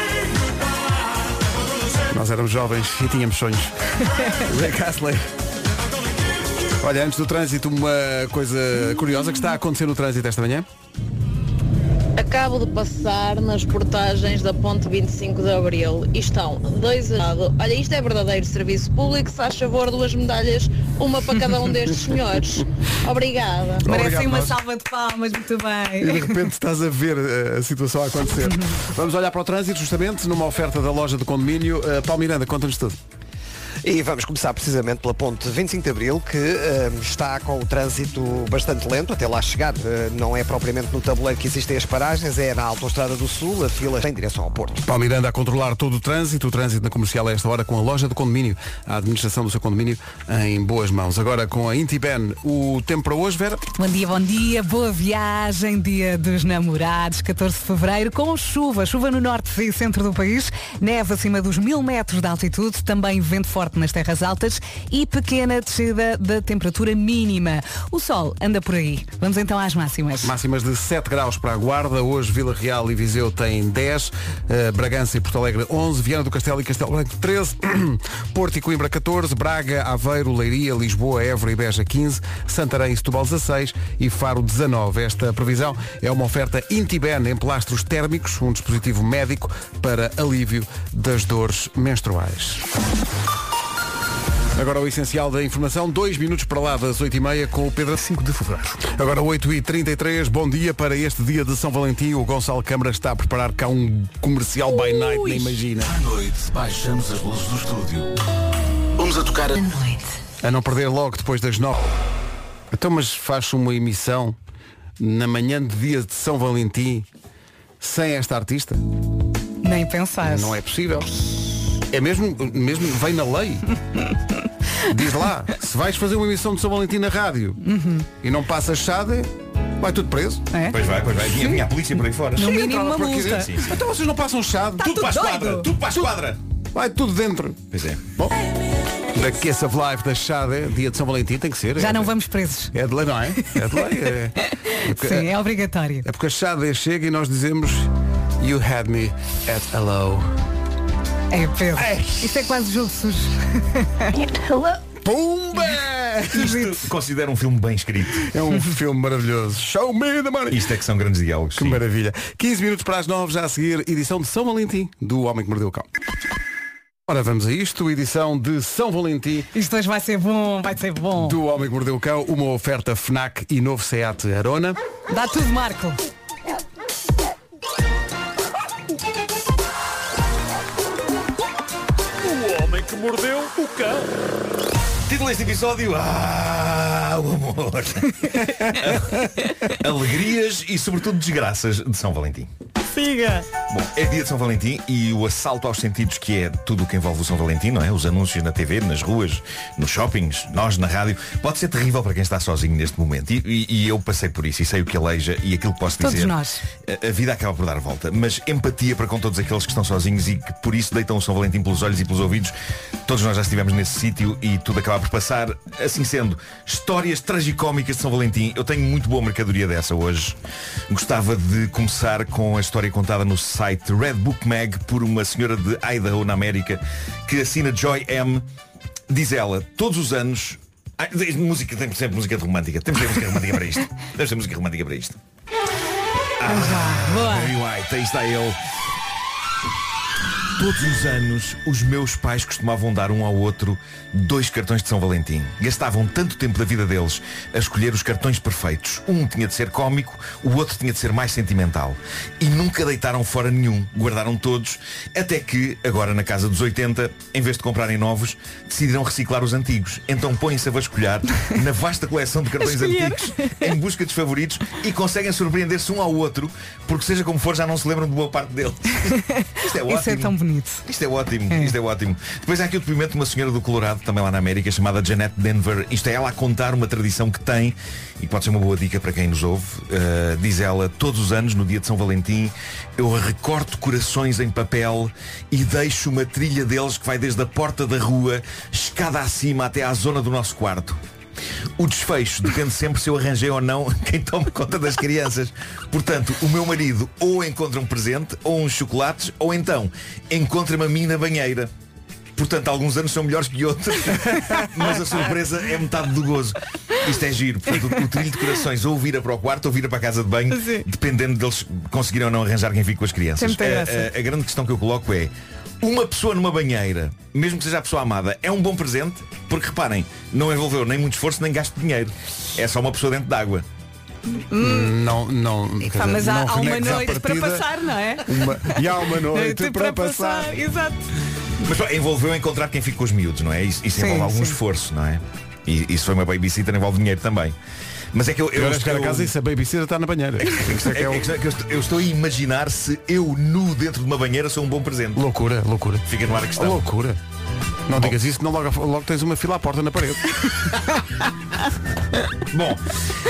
S1: Nós éramos jovens e tínhamos sonhos. Ray Castler. Olha, antes do trânsito, uma coisa curiosa que está a acontecer no trânsito esta manhã.
S8: Acabo de passar nas portagens da Ponte 25 de Abril e estão dois a lado. Olha, isto é verdadeiro serviço público, se faz favor, duas medalhas, uma para cada um destes (laughs) senhores. Obrigada.
S5: merecem
S1: Obrigado,
S5: uma
S1: nós.
S5: salva de palmas, muito
S1: E de
S5: bem.
S1: repente estás a ver eh, a situação a acontecer. Vamos olhar para o trânsito, justamente, numa oferta da loja do condomínio. Eh, Paulo Miranda, conta-nos tudo.
S3: E vamos começar precisamente pela ponte 25 de Abril, que eh, está com o trânsito bastante lento até lá chegar. Eh, não é propriamente no tabuleiro que existem as paragens, é na Autostrada do Sul, a fila em direção ao Porto.
S1: Paulo Miranda a controlar todo o trânsito. O trânsito na comercial a esta hora com a loja do condomínio. A administração do seu condomínio em boas mãos. Agora com a Intiben, o tempo para hoje, Vera?
S5: Bom dia, bom dia, boa viagem, dia dos namorados, 14 de fevereiro, com chuva, chuva no norte e centro do país, neve acima dos mil metros de altitude, também vento forte nas terras altas e pequena descida da temperatura mínima. O sol anda por aí. Vamos então às máximas.
S1: Máximas de 7 graus para a Guarda. Hoje Vila Real e Viseu têm 10. eh, Bragança e Porto Alegre 11. Viana do Castelo e Castelo Branco 13. (clears throat) Porto e Coimbra 14. Braga, Aveiro, Leiria, Lisboa, Évora e Beja 15. Santarém e Setúbal 16. E Faro 19. Esta previsão é uma oferta Intiben em plastros térmicos, um dispositivo médico para alívio das dores menstruais. Agora o essencial da informação, dois minutos para lá das 8h30 com o Pedro 5 de Fevereiro. Agora 8h33, bom dia para este dia de São Valentim. O Gonçalo Câmara está a preparar cá um comercial by night, nem imagina.
S9: À noite, baixamos as luzes do estúdio. Vamos a tocar a...
S4: A noite.
S1: A não perder logo depois das 9 Então, mas faço uma emissão na manhã de dia de São Valentim sem esta artista?
S5: Nem pensar.
S1: Não é possível. É mesmo, mesmo vem na lei. Diz lá, se vais fazer uma emissão de São Valentim na rádio
S5: Uhum.
S1: e não passas chade, vai tudo preso.
S5: É?
S7: Pois vai, pois vai. Vinha, vinha a polícia por aí fora.
S5: No
S7: Sim.
S5: mínimo
S1: Entrava
S5: uma
S1: por aqui
S5: multa.
S1: dentro. Então vocês não passam chade,
S7: Tudo para a
S5: Doido.
S7: esquadra, tudo para a esquadra.
S1: vai tudo dentro.
S7: Pois é.
S1: Bom, da Kiss of Life da chade, dia de São Valentim tem que ser.
S5: Já
S1: É-
S5: não vamos presos.
S1: É de lei, não é? É de lei. É,
S5: (laughs)
S1: é porque,
S5: Sim, é obrigatório.
S1: é porque a chade chega e nós dizemos You had me at hello.
S5: É Pedro. Isto é quase jogo sujo.
S1: Pumba!
S7: Isto considero um filme bem escrito.
S1: É
S5: (laughs)
S1: um filme maravilhoso. Show me the money!
S7: Isto é que são grandes diálogos.
S1: Que
S7: sim.
S1: maravilha. 15 minutos para as 9, já a seguir, edição de São Valentim, do Homem que Mordeu o Cão. Ora, vamos a isto, edição de São Valentim,
S5: Isto hoje vai ser bom, vai ser bom.
S1: do Homem que Mordeu o Cão, uma oferta FNAC e novo SEAT Arona.
S5: Dá tudo, Marco.
S1: É
S7: Título deste episódio Ah, o amor Alegrias e sobretudo desgraças de São Valentim Siga! Bom, é dia de São Valentim e o assalto aos sentidos que é tudo o que envolve o São Valentim, não é? Os anúncios na TV, nas ruas, nos shoppings, nós na rádio Pode ser terrível para quem está sozinho neste momento E, e- e eu passei por isso e sei o que aleija e aquilo que posso
S5: Todos
S7: dizer
S5: nós.
S7: a, a vida acaba por dar a volta, mas empatia para com todos aqueles que estão sozinhos e que por isso deitam o São Valentim pelos olhos e pelos ouvidos. Todos nós já estivemos nesse sítio e tudo acaba por passar. Assim sendo, histórias tragicómicas de São Valentim. Eu tenho muito boa mercadoria dessa hoje. Gostava de começar com a história contada no site Red Book Mag por uma senhora de Idaho, na América, que assina Joy M. Diz ela, todos os anos Ah, diz- música, temos sempre música de romântica. Temos sempre música romântica para isto. Temos sempre música romântica para isto.
S5: Boa.
S7: Barry White, aí está ele. Todos os anos, os meus pais costumavam dar um ao outro dois cartões de São Valentim. Gastavam tanto tempo da vida deles a escolher os cartões perfeitos. Um tinha de ser cómico, o outro tinha de ser mais sentimental. E nunca deitaram fora nenhum, guardaram todos, até que, agora na casa dos 80, em vez de comprarem novos, decidiram reciclar os antigos. Então põem-se a
S5: (laughs)
S7: vasculhar na vasta coleção de cartões
S5: escolher.
S7: antigos em busca dos favoritos e conseguem surpreender-se um ao outro, porque seja como for já não se lembram de boa parte
S5: (laughs)
S7: deles. Isto é ótimo.
S5: Isso é tão bonito.
S7: Isto é ótimo, isto é ótimo. Depois há aqui o depoimento de uma senhora do Colorado, também lá na América, chamada Janet Denver. Isto é ela a contar uma tradição que tem, e pode ser uma boa dica para quem nos ouve. Uh, diz ela, todos os anos, no dia de São Valentim, eu recorto corações em papel e deixo uma trilha deles que vai desde a porta da rua, escada acima até à zona do nosso quarto. O desfecho depende sempre se eu arranjei ou não (laughs) quem toma conta das crianças. Portanto, o meu marido ou encontra um presente, ou uns chocolates, ou então encontra-me a mim na banheira. Portanto, alguns anos são melhores que outros, (laughs) mas a surpresa é metade do gozo. Isto é giro. Portanto, o trilho de corações ou vira para o quarto ou vira para a casa de banho,
S5: Sim.
S7: dependendo deles conseguirem ou não arranjar quem fique com as crianças.
S5: Sempre tem
S7: A-
S5: essa.
S7: a- a grande questão que eu coloco é uma pessoa numa banheira, mesmo que seja a pessoa amada, é um bom presente, porque reparem, não envolveu nem muito esforço nem gasto de dinheiro. É só uma pessoa dentro d'água.
S1: Não, não. quer
S5: Pá,
S1: dizer,
S5: mas há,
S1: não
S5: há uma
S1: renegues à
S5: noite para
S1: partida,
S5: passar, não é?
S1: uma- e há
S5: (laughs)
S1: uma noite para passar.
S5: Exato.
S7: Mas pá, envolveu encontrar quem fica com os miúdos, não é? Isso, isso
S5: Sim,
S7: envolve algum
S5: sim.
S7: esforço, não é? E isso foi uma babysitter, envolve dinheiro também. Mas é que eu, eu,
S1: Eu
S7: acho
S1: acho
S7: que
S1: chegar a
S7: eu-
S1: casa e se a babysitter está na banheira. Isto é que
S7: É,
S1: é
S7: é
S1: o-
S7: que eu estou- eu estou a imaginar se eu nu dentro de uma banheira sou um bom presente.
S1: Loucura, loucura.
S7: Fica no ar a questão.
S1: Loucura. Não digas isso, não logo, logo tens uma fila à porta na parede.
S7: Bom,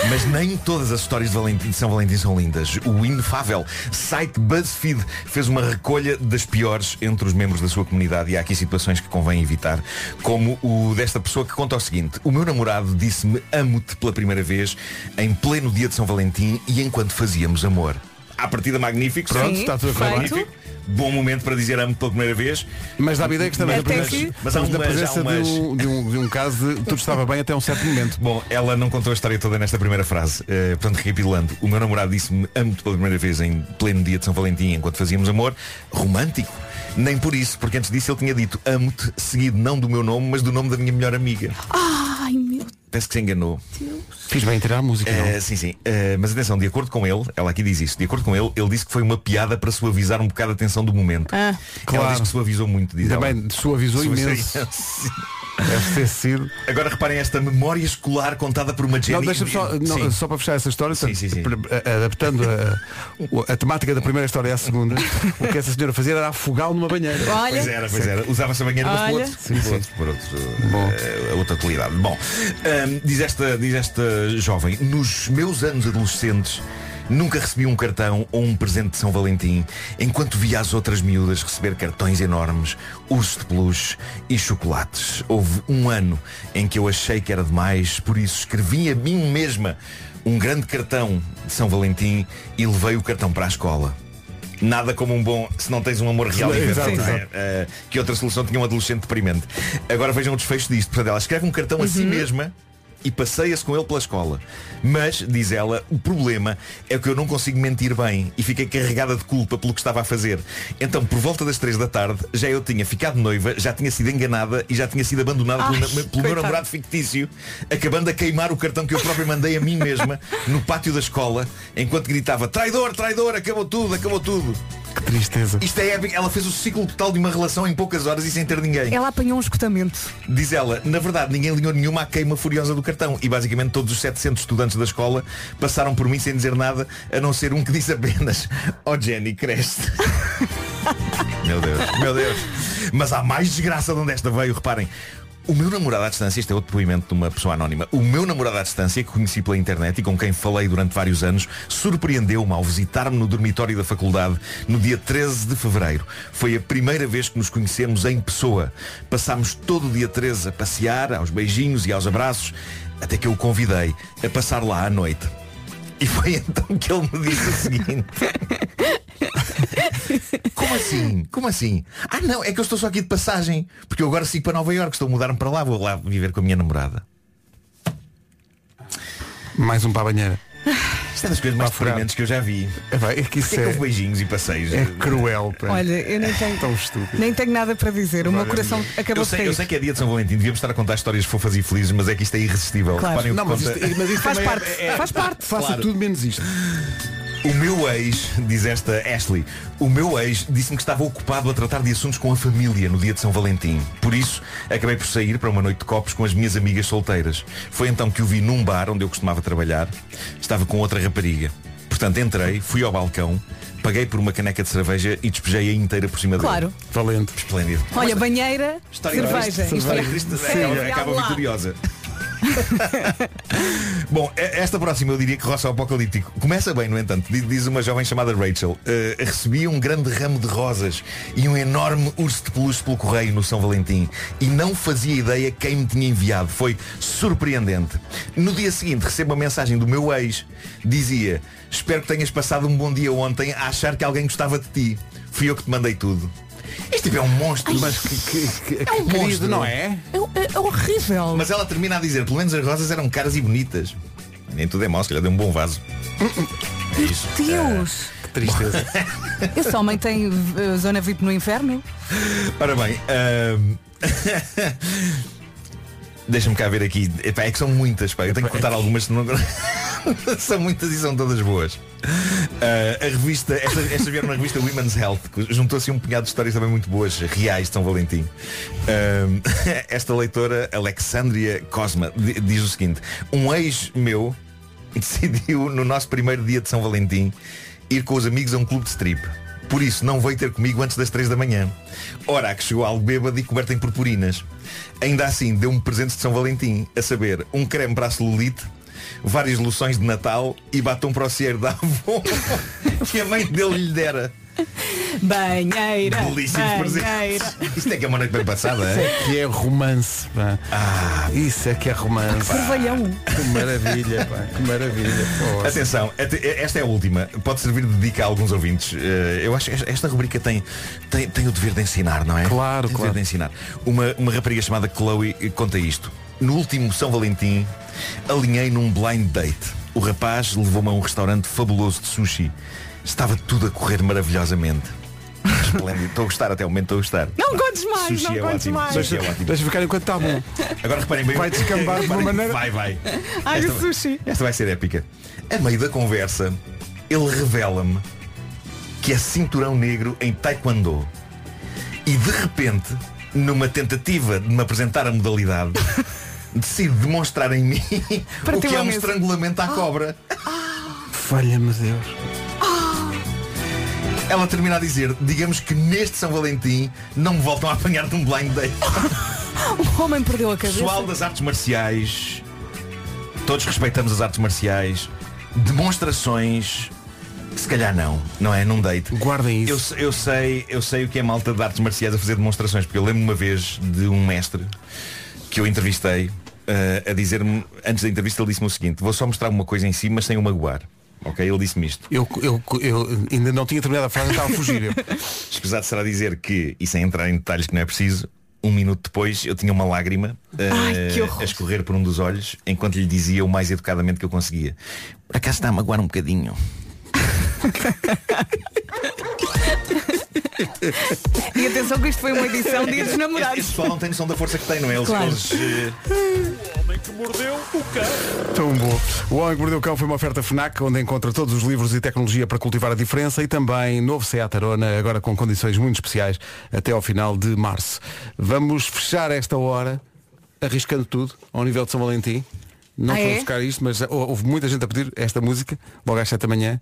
S7: mas nem todas as histórias de, Valentim, de São Valentim são lindas. O inefável site BuzzFeed fez uma recolha das piores entre os membros da sua comunidade e há aqui situações que convém evitar, como o desta pessoa que conta o seguinte. O meu namorado disse-me amo-te pela primeira vez em pleno dia de São Valentim e enquanto fazíamos amor. À partida magnífico,
S1: Pronto,
S5: Sim,
S1: está tudo a correr bem.
S5: feito.
S7: magnífico. Bom momento para dizer amo pela primeira vez.
S1: Mas dá ideia que estamos na
S5: Até
S1: presença,
S5: aqui.
S7: Mas há
S1: estamos na
S7: umas, há
S1: presença
S7: umas.
S1: de, um, de um- de um caso de tudo estava bem até um certo momento.
S7: Bom, ela não contou a história toda nesta primeira frase. Eh, portanto, recapitulando, o meu namorado disse-me amo-te pela primeira vez em pleno dia de São Valentim, enquanto fazíamos amor. Romântico. Nem por isso, porque antes disso ele tinha dito amo-te, seguido não do meu nome, mas do nome da minha melhor amiga.
S5: Ai, meu
S7: Parece que se enganou.
S1: Fiz bem em tirar a música, não?
S7: Eh, sim, sim. Eh, mas atenção, de acordo com ele, ela aqui diz isso, de acordo com ele, ele disse que foi uma piada para suavizar um bocado a tensão do momento.
S5: Ah.
S7: Ela
S1: Claro.
S7: diz que suavizou muito, diz ela.
S1: Também suavizou
S7: Suavizou
S1: imenso. (laughs)
S7: imenso. (laughs)
S1: Deve ter sido.
S7: Agora reparem esta memória escolar contada por uma Jenny.
S1: Não, deixa-me só, não,
S7: Sim.
S1: só para fechar essa história,
S7: Sim, sim, sim.
S1: portanto, a- adaptando a, a temática da primeira história à segunda, o que essa senhora fazia era afogá-lo numa banheira.
S5: Olha,
S7: Pois era, pois era. Usava-se a banheira, mas por
S5: Olha.
S7: outro, por outro, por outro, eh, outra utilidade. Bom, ahm, diz, esta, diz esta jovem, nos meus anos adolescentes, nunca recebi um cartão ou um presente de São Valentim, enquanto via as outras miúdas receber cartões enormes, ursos de peluche e chocolates. Houve um ano em que eu achei que era demais, por isso escrevi a mim mesma um grande cartão de São Valentim e levei o cartão para a escola. Nada como um bom, se não tens um amor real e
S1: Exato,
S7: verdadeiro, não é?
S1: exato.
S7: Eh, que outra solução tinha um adolescente deprimente. Agora vejam o desfecho disto. Portanto, ela escreve um cartão a si mesma e passeia-se com ele pela escola. Mas, diz ela, o problema é que eu não consigo mentir bem e fiquei carregada de culpa pelo que estava a fazer. Então, por volta das três da tarde, já eu tinha ficado noiva, já tinha sido enganada e já tinha sido abandonada
S5: Ai,
S7: pelo, na- pelo meu
S5: coitada.
S7: namorado namorado fictício, acabando a queimar o cartão que eu próprio mandei a mim mesma no pátio da escola, enquanto gritava traidor, traidor, acabou tudo, acabou tudo.
S1: Que tristeza.
S7: Isto é épico, ela fez o ciclo total de uma relação em poucas horas e sem ter ninguém.
S5: ela apanhou um escutamento.
S7: Diz ela, na verdade ninguém ligou nenhuma à queima furiosa do cartão e basicamente todos os 700 estudantes da escola passaram por mim sem dizer nada, a não ser um que disse apenas, oh Jenny, cresce. Meu Deus, meu Deus. Mas há mais desgraça de onde esta veio, reparem. O meu namorado à distância, este é outro depoimento de uma pessoa anónima, o meu namorado à distância, que conheci pela internet e com quem falei durante vários anos, surpreendeu-me ao visitar-me no dormitório da faculdade no dia 13 de fevereiro. Foi a primeira vez que nos conhecemos em pessoa. Passámos todo o dia 13 a passear, aos beijinhos e aos abraços, até que eu o convidei a passar lá à noite. E foi (laughs) então que ele me disse o seguinte. Como assim? Como assim? Ah não, é que eu estou só aqui de passagem, porque eu agora sigo para Nova Iorque, estou a mudar-me para lá, vou lá viver com a minha namorada.
S1: Mais um para a banheira.
S7: Isto é das coisas mais deprimentes que eu já vi.
S1: É, pá, é que
S7: Porquê
S1: isso
S7: que
S1: é,
S7: houve beijinhos e passeios?
S1: é cruel. pá.
S5: Olha, eu nem tenho,
S1: Tão estúpido.
S5: nem tenho nada para dizer. O meu coração acabou
S7: Então, eu
S5: de
S7: sei,
S5: cair.
S7: eu sei que é dia de São Valentim, devíamos estar a contar histórias fofas e felizes, mas é que isto é irresistível.
S5: Claro.
S7: Reparem o que
S1: Não, mas
S7: conta-
S1: isto, mas isto
S5: Faz
S1: também é-
S5: parte,
S1: é-
S5: faz parte.
S1: Faça
S7: Claro.
S1: tudo menos isto.
S7: O meu ex, diz esta Ashley, o meu ex disse-me que estava ocupado a tratar de assuntos com a família no dia de São Valentim. Por isso, acabei por sair para uma noite de copos com as minhas amigas solteiras. Foi então que o vi num bar onde eu costumava trabalhar. Estava com outra rapariga. Portanto, entrei, fui ao balcão, paguei por uma caneca de cerveja e despejei-a inteira por cima dele.
S5: Claro.
S1: Valente.
S7: Esplêndido.
S5: Olha, banheira, cerveja.
S7: triste.
S5: Isto
S7: História
S5: é-
S7: triste,
S5: Sim,
S7: acaba-
S5: olha
S7: acaba
S5: lá.
S7: vitoriosa. Bom, e- esta próxima eu diria que roça ao apocalíptico. Começa bem, no entanto, Di- diz uma jovem chamada Rachel. "Eh, recebi um grande ramo de rosas e um enorme urso de peluche pelo correio no São Valentim. E não fazia ideia quem me tinha enviado. Foi surpreendente. No dia seguinte recebo uma mensagem do meu ex. Dizia, espero que tenhas passado um bom dia ontem a achar que alguém gostava de ti. Fui eu que te mandei tudo. Este tipo é um monstro.
S1: Mas que, que, que,
S7: É um
S1: que
S7: monstro,
S1: não
S7: não
S1: é?
S5: É, é horrível.
S7: Mas ela termina a dizer, pelo menos as rosas eram caras e bonitas. Nem tudo é mau, se calhar deu um bom vaso. É isso.
S5: Deus,
S1: Que tristeza.
S5: esse homem tem eh, zona VIP no inferno?
S7: Ora bem, ahm, (laughs) deixa-me cá ver aqui. Epá, é que são muitas, pá. Eu tenho que cortar algumas, senão... (laughs) são muitas e são todas boas. Ah, a revista, esta, esta vieram na revista Women's Health, que juntou-se um punhado de histórias também muito boas, reais de São Valentim. Ahm, (laughs) esta leitora, Alexandria Cosma, di- diz o seguinte, um ex meu (laughs) decidiu no nosso primeiro dia de São Valentim ir com os amigos a um clube de strip. Por isso, não veio ter comigo antes das 3 da manhã. Ora, que chegou algo bêbado e coberto em purpurinas. Ainda assim, deu-me presentes de São Valentim, a saber, um creme para a celulite, várias loções de Natal e batom para o cieiro da avó (laughs) que a mãe dele lhe dera.
S5: Banheira.
S7: Belíssimos
S5: banheira.
S7: presentes. Isto é que é uma noite bem passada,
S1: Isso
S7: é?
S1: é que é romance, pá. Isso é que é romance.
S5: Orvalhão.
S1: Que maravilha, pá. Que maravilha. Pô.
S7: Atenção, até- esta é a última. Pode servir de dica a alguns ouvintes. Eh, Eu acho que esta rubrica tem, tem, tem o dever de ensinar, não é?
S1: Claro,
S7: tem o
S1: claro.
S7: dever de ensinar. Uma, uma rapariga chamada Chloe eh, conta isto. No último São Valentim, alinhei num blind date. O rapaz levou-me a um restaurante fabuloso de sushi. Estava tudo a correr maravilhosamente. Esplêndido. Estou a gostar até o momento, estou a gostar.
S5: Não contes mais,
S7: Sushi
S5: não
S7: é
S5: contes
S7: ótimo.
S5: mais.
S7: Sushi é ótimo.
S1: Deixa ficar enquanto está bom.
S7: Agora reparem bem.
S1: Vai descambar de uma
S7: Reparem,
S1: maneira-
S7: Vai, vai.
S5: Ai,
S7: Esta-
S5: o sushi.
S7: esta vai ser épica. A meio da conversa, ele revela-me que é cinturão negro em taekwondo. E de repente, numa tentativa de me apresentar a modalidade, decide demonstrar em mim
S5: Para
S7: o
S5: ter
S7: que
S5: uma
S7: é um
S5: mesa.
S7: estrangulamento à cobra.
S1: Falha-me Deus.
S7: Ela termina a dizer, digamos que neste São Valentim não me voltam a apanhar de um blind date.
S5: O homem perdeu a cabeça.
S7: Pessoal das artes marciais, todos respeitamos as artes marciais, demonstrações, se calhar não, não é? Num date.
S1: Guardem
S7: Eu,
S1: isso.
S7: se- eu sei, eu sei o que é malta de artes marciais a fazer demonstrações, porque eu lembro uma vez de um mestre que eu entrevistei eh, a dizer-me, antes da entrevista ele disse-me o seguinte, vou só mostrar uma coisa em si, mas sem o magoar. Ok? Ele disse-me isto.
S1: Eu, eu, eu ainda não tinha terminado a frase, estava a fugir. Eu.
S7: Escusado será dizer que, e sem entrar em detalhes que não é preciso, um minuto depois eu tinha uma lágrima eh,
S5: Ai, que horror.
S7: a escorrer por um dos olhos, enquanto lhe dizia o mais educadamente que eu conseguia. Por acaso está a magoar um bocadinho.
S5: E atenção que isto foi uma edição de Dia dos
S7: Esse,
S5: namorados.
S7: esse pessoal não tem noção da força que tem, não é? Eles,
S5: Claro.
S7: eles, eh,
S1: Tão bom. O Homem que Mordeu o Cão foi uma oferta FNAC, onde encontra todos os livros e tecnologia para cultivar a diferença e também novo Seat Arona, agora com condições muito especiais até ao final de março. Vamos fechar esta hora, arriscando tudo, ao nível de São Valentim. Não
S5: Ah,
S1: fomos
S5: é?
S1: buscar isto, mas hou- houve muita gente a pedir esta música, logo às 7 da manhã,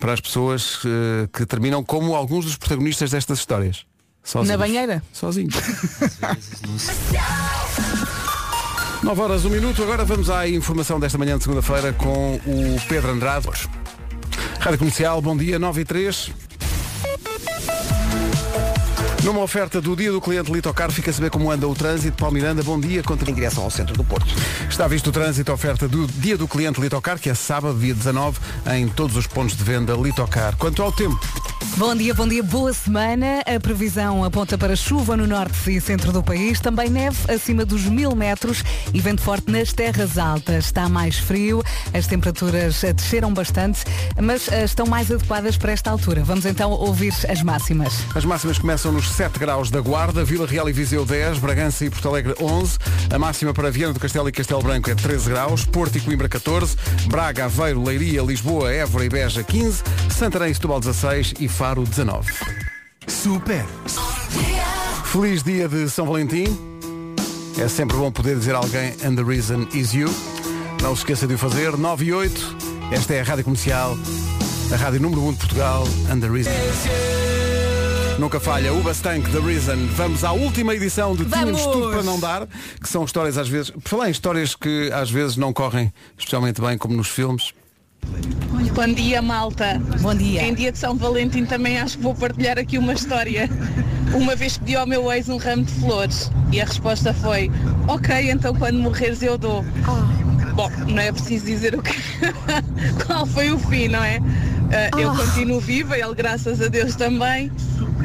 S1: para as pessoas eh, que terminam como alguns dos protagonistas destas histórias. Sozinhos.
S5: banheira?
S1: Sozinhos. 9 horas, 1 minuto. Agora vamos à informação desta manhã de segunda-feira com o Pedro Andrade. Rádio Comercial, bom dia, 9 e 3. Numa oferta do dia do cliente Litocar, fica a saber como anda o trânsito. Paulo Miranda, bom dia. Conta-
S3: Em direção ao centro do Porto.
S1: Está visto o trânsito, a oferta do dia do cliente Litocar, que é sábado, dia 19, em todos os pontos de venda Litocar. Quanto ao tempo,
S5: Bom dia, bom dia, boa semana. A previsão aponta para chuva no norte e centro do país, também neve acima dos mil metros e vento forte nas terras altas. Está mais frio, as temperaturas eh, desceram bastante, mas eh, estão mais adequadas para esta altura. Vamos então ouvir as máximas.
S1: As máximas começam nos 7 graus da Guarda, Vila Real e Viseu 10, Bragança e Porto Alegre 11, a máxima para Viana do Castelo e Castelo Branco é 13 graus, Porto e Coimbra 14, Braga, Aveiro, Leiria, Lisboa, Évora e Beja 15, Santarém e Setúbal 16 e Faro 19. Super! Feliz dia de São Valentim. É sempre bom poder dizer a alguém And the reason is you. Não se esqueça de o fazer. 9 e 8. Esta é a Rádio Comercial. A Rádio Número 1 de Portugal. And the reason. Nunca falha. Uba Stank, The Reason. Vamos à última edição de Tínhamos
S5: Vamos!
S1: Tudo para Não Dar, que são histórias às vezes... Por falar em histórias que às vezes não correm especialmente bem, como nos filmes.
S8: Bom dia, malta.
S5: Bom dia.
S8: Em dia de São Valentim também acho que vou partilhar aqui uma história. Uma vez pedi ao meu ex um ramo de flores e a resposta foi Ok, então quando morreres eu dou. Bom, não é preciso dizer o que... qual foi o fim, não é? Ah, Eu continuo viva, ele graças a Deus também.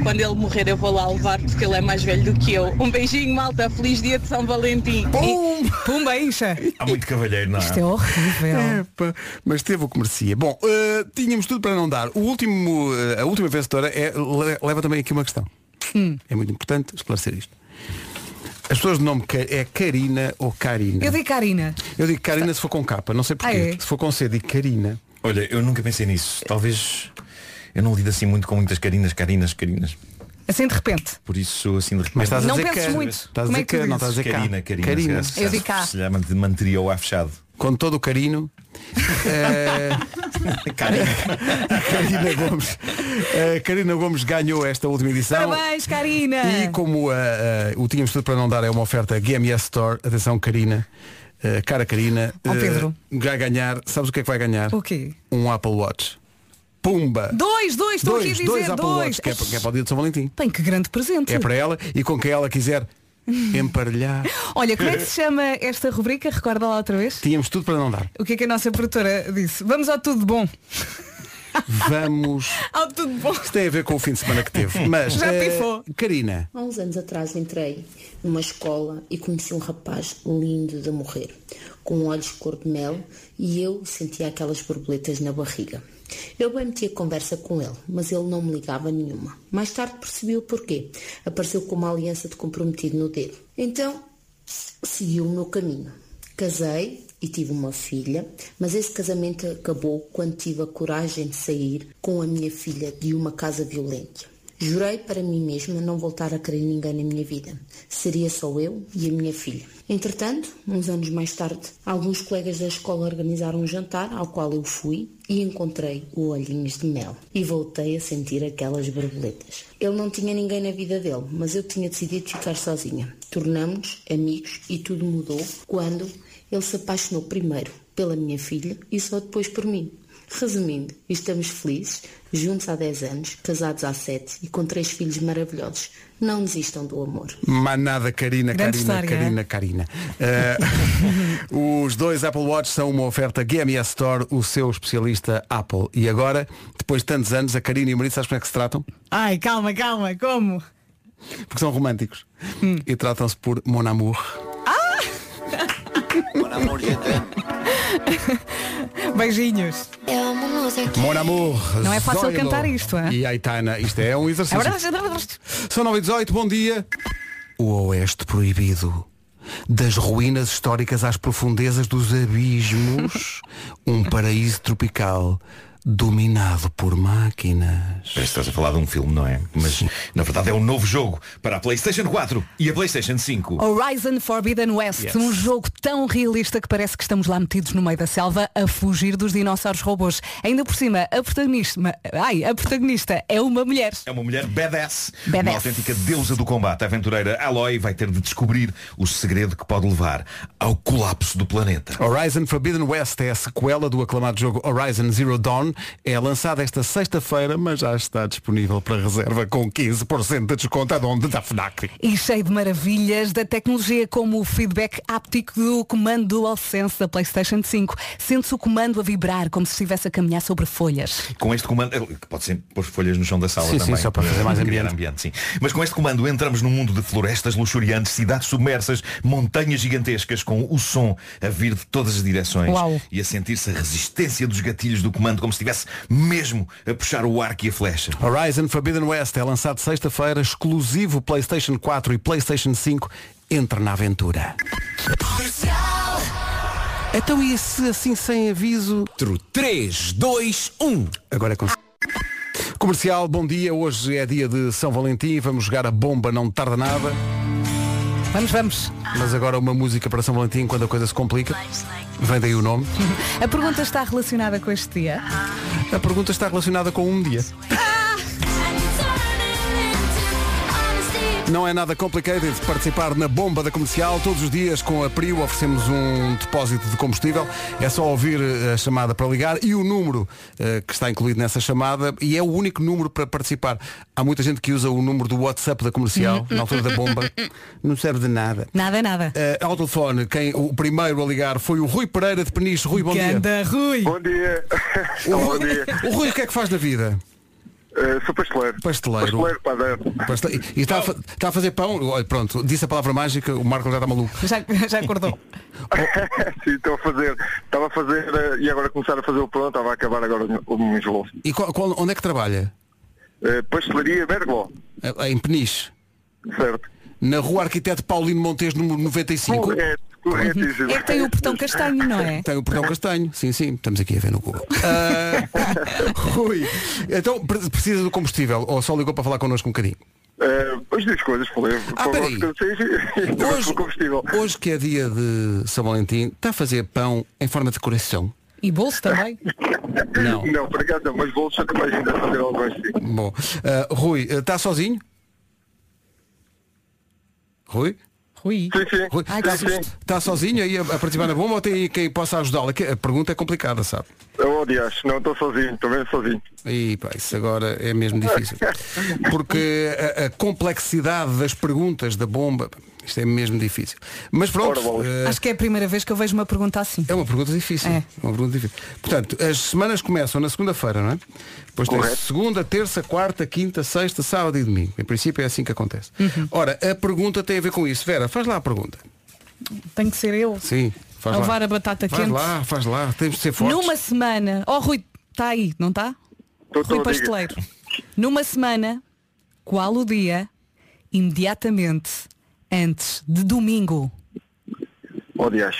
S8: Quando ele morrer eu vou lá levar porque ele é mais velho do que eu. Um beijinho, malta. Feliz dia de São Valentim.
S5: Pum! Pumba, incha!
S7: Há muito cavalheiro, não
S5: Isto é
S7: é?
S5: horrível.
S1: Epa, mas teve o que merecia. Bom, eh, tínhamos tudo para não dar. O último, eh, a última vencedora é, le- leva também aqui uma questão.
S5: Hum.
S1: É muito importante esclarecer isto. As pessoas de nome Ca- é Karina ou Karina?
S5: Eu digo Karina.
S1: Eu digo Karina se for com capa, não sei porquê.
S5: Ah, é?
S1: Se for com C, digo Karina.
S7: Olha, eu nunca pensei nisso. Talvez eu não lido assim muito com muitas carinas, carinas, carinas.
S5: Assim de repente.
S7: Por isso, assim de repente.
S1: Mas estás
S5: Não
S1: a dizer
S5: penses
S1: que,
S5: muito.
S1: Estás
S5: Como
S1: a
S5: é
S1: dizer
S5: que tu
S1: que, não estás a dizer
S7: Carina,
S1: Karina,
S7: Carina.
S1: Karina.
S7: se
S5: Eu digo cá.
S7: Se lhe manteria o A fechado.
S1: Com todo o carino. Eh,
S7: Carina.
S1: Karina Gomes. (laughs) Eh, Karina Gomes ganhou esta última edição.
S5: Parabéns, Karina!
S1: E como ah, ah, o tínhamos tudo para não dar é uma oferta GMS Store, atenção Karina, ah, cara Karina,
S5: Ó,
S1: ah,
S5: Pedro.
S1: vai ganhar, sabes o que é que vai ganhar?
S5: O quê?
S1: Um Apple Watch. Pumba!
S5: Dois, dois, estou aqui a
S1: dois,
S5: dizer
S1: dois
S5: dois.
S1: Apple Watch, que é, para, que é para o dia de São Valentim.
S5: Bem, que grande presente.
S1: É para ela e com quem ela
S5: (laughs)
S1: quiser emparelhar.
S5: Olha, como é
S1: (laughs)
S5: que se chama esta rubrica? Recorda lá outra vez?
S1: Tínhamos tudo para não dar.
S5: O que é que a nossa produtora disse? Vamos ao tudo bom.
S1: Vamos.
S5: Ao tudo bom.
S1: Isso tem a ver com o fim de semana que
S5: (laughs)
S1: teve. Mas,
S5: Já
S1: eh,
S5: pifou.
S1: Karina,
S10: Há uns anos atrás entrei numa escola e conheci um rapaz lindo de morrer, com olhos cor de mel e eu sentia aquelas borboletas na barriga. Eu bem metia conversa com ele, mas ele não me ligava nenhuma. Mais tarde percebi o porquê. Apareceu com uma aliança de comprometido no dedo. Então, segui o meu caminho. Casei e tive uma filha, mas esse casamento acabou quando tive a coragem de sair com a minha filha de uma casa violenta. Jurei para mim mesma não voltar a querer ninguém na minha vida. Seria só eu e a minha filha. Entretanto, uns anos mais tarde, alguns colegas da escola organizaram um jantar ao qual eu fui e encontrei o Olhinhos de Mel e voltei a sentir aquelas borboletas. Ele não tinha ninguém na vida dele, mas eu tinha decidido ficar sozinha. Tornamos-nos amigos e tudo mudou quando ele se apaixonou primeiro pela minha filha e só depois por mim. Resumindo, estamos felizes, juntos há 10 anos, casados há 7 e com três filhos maravilhosos. Não desistam do amor.
S1: Manada Karina, Karina,
S5: Grande história, é?
S1: Karina, Karina. Eh, (laughs) os dois Apple Watch são uma oferta GMS Store, o seu especialista Apple. E agora, depois de tantos anos, a Karina e o marido, sabes como é que se tratam?
S5: Ai, calma, calma, como?
S1: Porque são românticos.
S5: Hum.
S1: E tratam-se por Mon Amour.
S5: Beijinhos.
S6: Eu amo música.
S1: Mon Amour.
S5: Não é fácil
S1: Zoilo.
S5: cantar isto, é?
S1: E Aitana, isto é um exercício.
S5: Agora-
S1: São 9 e 18, bom dia. O Oeste Proibido. Das ruínas históricas às profundezas dos (laughs) abismos, um paraíso tropical dominado por máquinas.
S7: Parece que estás a falar de um filme, não é? Mas na verdade é um novo jogo para a PlayStation 4 e a PlayStation 5.
S5: Horizon Forbidden West,
S7: Yes.
S5: um jogo tão realista que parece que estamos lá metidos no meio da selva a fugir dos dinossauros robôs. Ainda por cima, a protagonista, ai, a protagonista é uma mulher.
S7: É uma mulher badass,
S5: Badass.
S7: uma autêntica deusa do combate. A aventureira Aloy vai ter de descobrir o segredo que pode levar ao colapso do planeta.
S1: Horizon Forbidden West é a sequela do aclamado jogo Horizon Zero Dawn, One é lançada esta sexta-feira, mas já está disponível para reserva com 15% de desconto a onde da FNAC.
S5: E cheio de maravilhas da tecnologia, como o feedback áptico do comando DualSense da PlayStation 5. Sente-se o comando a vibrar, como se estivesse a caminhar sobre folhas.
S7: Com este comando, eh, que pode sempre pôr folhas no chão da sala
S1: Sim, sim,
S7: também.
S1: só para fazer mais
S7: criar
S1: ambiente.
S7: sim. Mas com este comando entramos num mundo de florestas luxuriantes, cidades submersas, montanhas gigantescas, com o som a vir de todas as direções
S5: Uau.
S7: e a sentir-se a resistência dos gatilhos do comando, como se estivesse mesmo a puxar o arco e a flecha.
S1: Horizon Forbidden West é lançado sexta-feira, exclusivo PlayStation 4 e PlayStation 5. Entra na aventura. Então e se assim sem aviso? 3, 2, 1. Agora é com... Comercial, bom dia. Hoje é dia de São Valentim. Vamos jogar a bomba, não tarda nada.
S5: Vamos, vamos.
S1: Mas agora uma música para São Valentim quando a coisa se complica. Vem daí o nome.
S5: A pergunta está relacionada com este dia.
S1: A pergunta está relacionada com um dia. Não é nada complicated participar na bomba da comercial. Todos os dias com a PRIO oferecemos um depósito de combustível. É só ouvir eh, a chamada para ligar e o número eh, que está incluído nessa chamada e é o único número para participar. Há muita gente que usa o número do WhatsApp da comercial na altura da bomba. (laughs) Não serve de nada.
S5: Nada, nada.
S1: Eh, ao telefone, quem, o primeiro a ligar foi o Rui Pereira de Peniche. Rui, bom dia.
S5: Ganda Rui.
S11: Bom dia. (laughs)
S1: O
S11: Olá,
S1: Rui,
S11: bom dia.
S1: o Rui o que é que faz na vida?
S11: Eh, sou pasteleiro.
S1: Pasteleiro.
S11: Pasteleiro, padeiro.
S1: Pastel- E e está a, fa- está a fazer pão? Olha, pronto, disse a palavra mágica, o Marco já está maluco.
S5: Já, já acordou.
S11: (laughs) Sim, estou a fazer. Estava a fazer eh, e agora começar a fazer o pronto. Estava a acabar agora o meu enjoo.
S1: E qual- qual- onde é que trabalha?
S11: Eh, pastelaria Berglo.
S1: Eh, Em Peniche.
S11: Certo.
S1: Na rua Arquiteto Paulino Montes, número 95.
S11: Correto, corretíssimo.
S5: É que tem o portão castanho, não é?
S1: Tem o portão castanho. Sim, sim, estamos aqui a ver no Google. Ah, (laughs) Rui, então pre- precisa do combustível ou só ligou para falar connosco um bocadinho?
S11: Eh, hoje diz coisas, falei.
S1: Ah,
S11: com
S1: peraí.
S11: gosto que eu (laughs) sei, e- e agora com é combustível.
S1: hoje que é dia de São Valentim, está a fazer pão em forma de coração?
S5: E bolso também.
S1: Não.
S11: Não, por acaso não, mas vou só que mais ainda fazer algo assim.
S1: Bom, ah, Rui, ah, está sozinho? Rui?
S5: Rui.
S11: Sim, sim.
S1: Rui,
S5: Ai,
S1: está
S5: que susto.
S1: está sozinho aí a, a participar na bomba ou tem aí quem possa ajudá-lo? É que A pergunta é complicada, sabe?
S11: Oh, aliás, não estou sozinho, estou mesmo sozinho.
S1: E pá, isso agora é mesmo difícil. Porque a, a complexidade das perguntas da bomba, isto é mesmo difícil. Mas pronto,
S11: Ora, bolas.
S1: eh,
S5: Acho que é a primeira vez que eu vejo uma pergunta assim.
S1: é uma pergunta difícil.
S5: É.
S1: Uma pergunta difícil. Portanto, as semanas começam na segunda-feira, não é? Depois tem
S11: Correto.
S1: segunda, terça, quarta, quinta, sexta, sábado e domingo. Em princípio é assim que acontece.
S5: Uhum.
S1: Ora, a pergunta tem a ver com isso. Vera, faz lá a pergunta.
S5: Tem que ser eu.
S1: Sim, faz
S5: A
S1: lá.
S5: levar a batata
S1: faz
S5: quente.
S1: lá, faz lá. Temos de ser fortes.
S5: Numa semana. Oh Rui, está aí, não está?
S1: Então
S11: Estou
S5: Rui
S11: todo a diga.
S5: Pasteleiro. Numa semana, qual o dia imediatamente antes de domingo?
S11: Oh, aliás.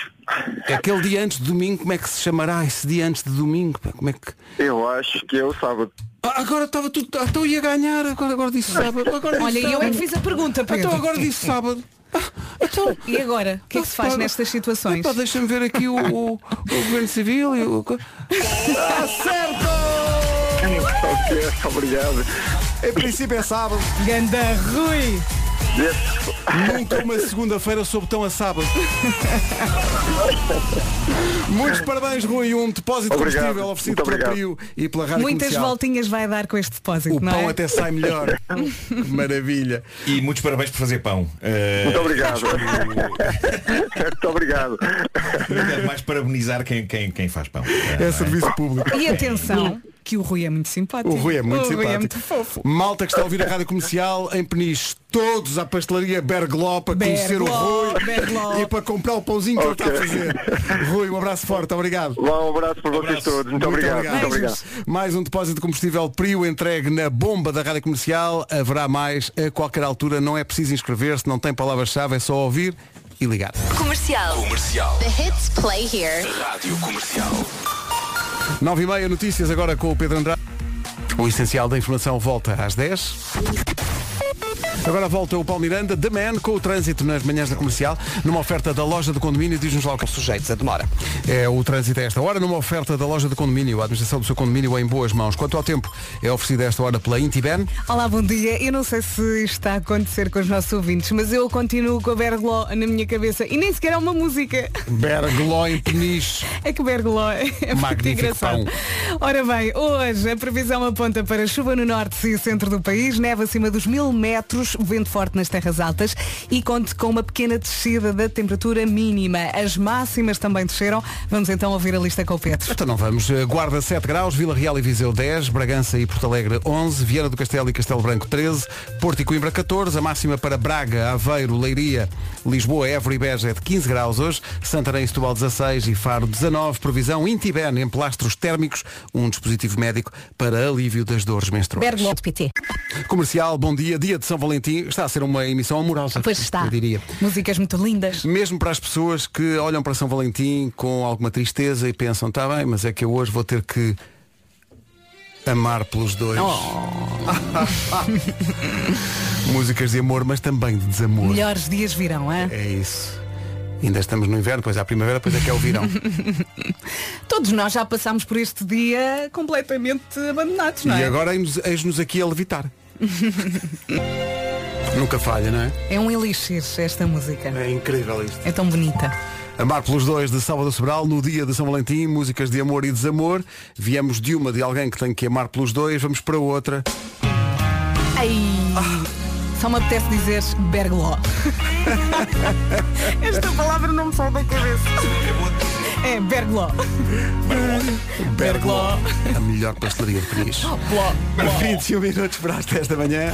S1: É Aquele dia antes de domingo, como é que se chamará esse dia antes de domingo? pá? Como é que...
S11: Eu acho que é o sábado.
S1: Ah, agora estava tudo. ah, Então ia ganhar, agora, agora disse sábado. Agora disse
S5: Olha, eu
S1: sábado.
S5: é que fiz a pergunta, Pedro.
S1: Então agora disse sábado. Ah, Então,
S5: E agora? O que é que se faz
S1: Epá,
S5: nestas situações?
S1: epá, Deixa-me ver aqui o, o, o Governo Civil e o. co- Está Ah, (laughs) certo!
S11: (laughs) Ok, obrigado.
S1: Em princípio é sábado.
S5: Ganda Rui!
S11: Yes.
S1: Nunca uma segunda-feira soube tão a sábado. Muitos parabéns, Rui. Um depósito de
S11: Obrigado.
S1: combustível oferecido
S11: Muito
S1: pela Prio
S11: obrigado.
S1: e pela Rádio
S5: Muitas
S1: Comercial.
S5: voltinhas vai dar com este depósito,
S1: O
S5: não
S1: pão
S5: é?
S1: até sai
S5: (laughs)
S1: melhor. Que Maravilha.
S7: E muitos parabéns por fazer pão. Eh,
S1: (laughs)
S11: Muito obrigado. Muito obrigado.
S7: não quero mais parabenizar quem, quem, quem faz pão. Eh, não
S1: É serviço público.
S5: E atenção, que o Rui é muito simpático.
S1: O Rui é muito
S5: O Rui
S1: simpático.
S5: é muito fofo.
S1: Malta que está a ouvir a rádio comercial em Peniche, todos à pastelaria Bergló para conhecer o
S5: Bergló,
S1: Rui
S5: Bergló.
S1: e para comprar o pãozinho que
S11: Ok.
S1: ele está a fazer. Rui, um abraço forte, obrigado.
S11: Vá, um abraço para vocês
S7: Abraço.
S11: todos. Muito, obrigado. Muito obrigado.
S1: Mais um depósito de combustível Prio entregue na bomba da rádio comercial. Haverá mais a qualquer altura. Não é preciso inscrever-se, não tem palavra-chave, é só ouvir e ligar.
S4: Comercial.
S9: Comercial.
S2: The hits play here.
S9: Rádio Comercial.
S1: 9 e meia notícias agora com o Pedro Andrade. O essencial da informação volta às 10. Agora volta o Paulo Miranda, The Man, com o trânsito nas manhãs da comercial, numa oferta da loja de condomínio, diz-nos lá o que
S3: sujeitos a demora.
S1: É o trânsito a esta hora, numa oferta da loja de condomínio, a administração do seu condomínio é em boas mãos. Quanto ao tempo, é oferecida a esta hora pela Intiben.
S5: Olá, bom dia. Eu não sei se isto está a acontecer com os nossos ouvintes, mas eu continuo com a Bergló na minha cabeça e nem sequer é uma música.
S1: Bergló em Peniche.
S5: É que Bergló é muito
S1: Magnífico
S5: engraçado.
S1: pão.
S5: Ora bem, hoje a previsão aponta para chuva no norte e centro do país, neve acima dos mil metros, vento forte nas terras altas e conte com uma pequena descida da temperatura mínima. As máximas também desceram. Vamos então ouvir a lista com o Pedro.
S1: Então não vamos. Eh, Guarda 7 graus, Vila Real e Viseu 10, Bragança e Porto Alegre 11, Viana do Castelo e Castelo Branco 13, Porto e Coimbra 14, a máxima para Braga, Aveiro, Leiria, Lisboa, Évora e Beja é de 15 graus hoje, Santarém e Setúbal 16 e Faro 19, provisão Intiben em plastros térmicos, um dispositivo médico para alívio das dores menstruais.
S5: PT.
S1: Comercial, bom dia, dia de São Valentim, está a ser uma emissão amorosa.
S5: Pois está.
S1: Eu diria.
S5: Músicas muito lindas.
S1: Mesmo para as pessoas que olham para São Valentim com alguma tristeza e pensam, está bem, mas é que eu hoje vou ter que amar pelos dois.
S5: Oh.
S1: Músicas de amor, mas também de desamor.
S5: Melhores dias virão, hã?
S1: É isso. Ainda estamos no inverno, depois há a primavera, depois é que é o verão. É.
S5: Todos nós já passámos por este dia completamente abandonados, (laughs) não é?
S1: e agora eis- eis-nos aqui a
S5: (laughs)
S1: levitar. Nunca falha, não é?
S5: É um elixir esta música.
S1: É incrível isto.
S5: É tão bonita.
S1: Amar pelos dois de Salvador Sobral no dia de São Valentim, músicas de amor e desamor. Viemos de uma de alguém que tem que amar pelos dois, vamos para outra.
S5: Ai, só me apetece dizer Bergló. (laughs) Esta palavra não me sai da cabeça. É Bergló. Bergló.
S1: A melhor pastelaria de Peniche.
S5: Bló.
S1: 21 minutos para as 10 da manhã.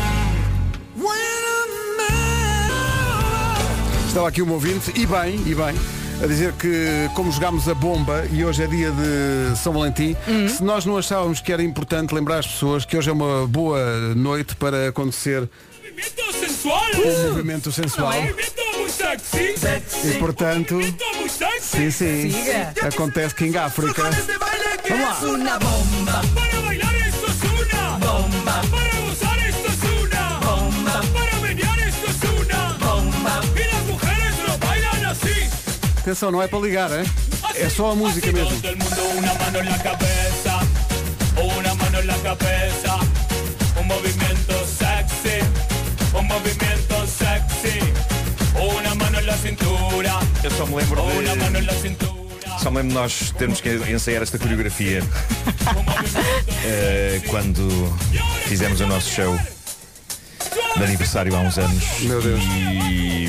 S1: Estava aqui um ouvinte, e bem, e bem, a dizer que como jogámos a bomba e hoje é dia de São Valentim, se nós não achávamos que era importante lembrar as pessoas que hoje é uma boa noite para acontecer
S2: Movimento sensual! é?
S1: o movimento sensual.
S2: Movimento sexy!
S1: E portanto,
S2: Movimento
S1: sim,
S2: sexy!
S1: sim,
S2: Siga.
S1: acontece que em África.
S2: Vamos lá! Una bomba! Para bailar esto es una bomba! Para gozar esto es una bomba! Para menear esto es una bomba! Y las mujeres lo bailan así!
S1: Atenção, não é para ligar, hein? é só a música mesmo.
S2: Todo el mundo una mano en la cabeza, una mano en la cabeza, un movimiento sexy, un movimiento sexy, una mano en la cintura,
S7: Eu só me lembro
S2: una
S7: de...
S2: mano en la cintura.
S7: Só me lembro de nós termos que ensaiar esta
S2: (laughs)
S7: coreografia eh, quando fizemos o nosso show de aniversário há uns anos. Meu Deus. E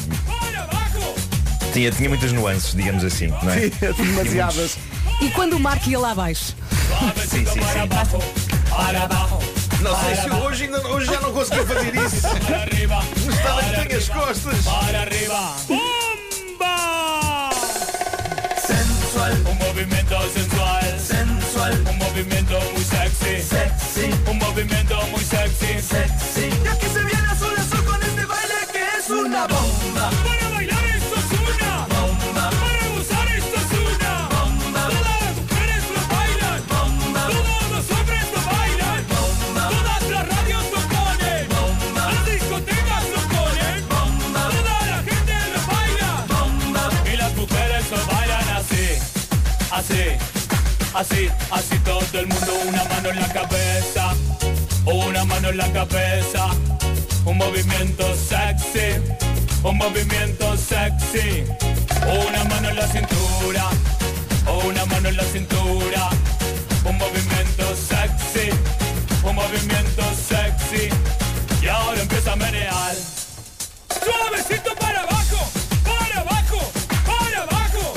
S7: tinha, tinha muitas nuances, digamos assim, não é?
S1: Tinha demasiadas.
S5: E quando o Marco ia lá abaixo?
S7: Sim, sim, sim.
S2: Para abajo,
S7: Não sei se hoje, ainda, hoje já não conseguiu fazer isso.
S2: para arriba,
S7: Estava que tenho as costas.
S2: para arriba. ¡Bomba! Sensual, un movimiento sensual, sensual, un movimiento muy sexy, sexy, un movimiento muy sexy, sexy. Y aquí se viene azul azul con este baile que es una bomba. Para bailar esto es una bomba, para gozar esto es una bomba. Todas las mujeres lo bailan, bomba. Todos los hombres lo bailan, bomba. Todas las radios lo ponen, bomba. Las discotecas lo ponen, bomba. Toda la gente lo baila, bomba. Y las mujeres lo bailan así, así, así, así todo el mundo una mano en la cabeza, una mano en la cabeza, un movimiento sexy, un movimiento sexy, una mano en la cintura, una mano en la cintura, un movimiento sexy, un movimiento sexy, y ahora empieza a menear. Suavecito para abajo, para abajo, para abajo.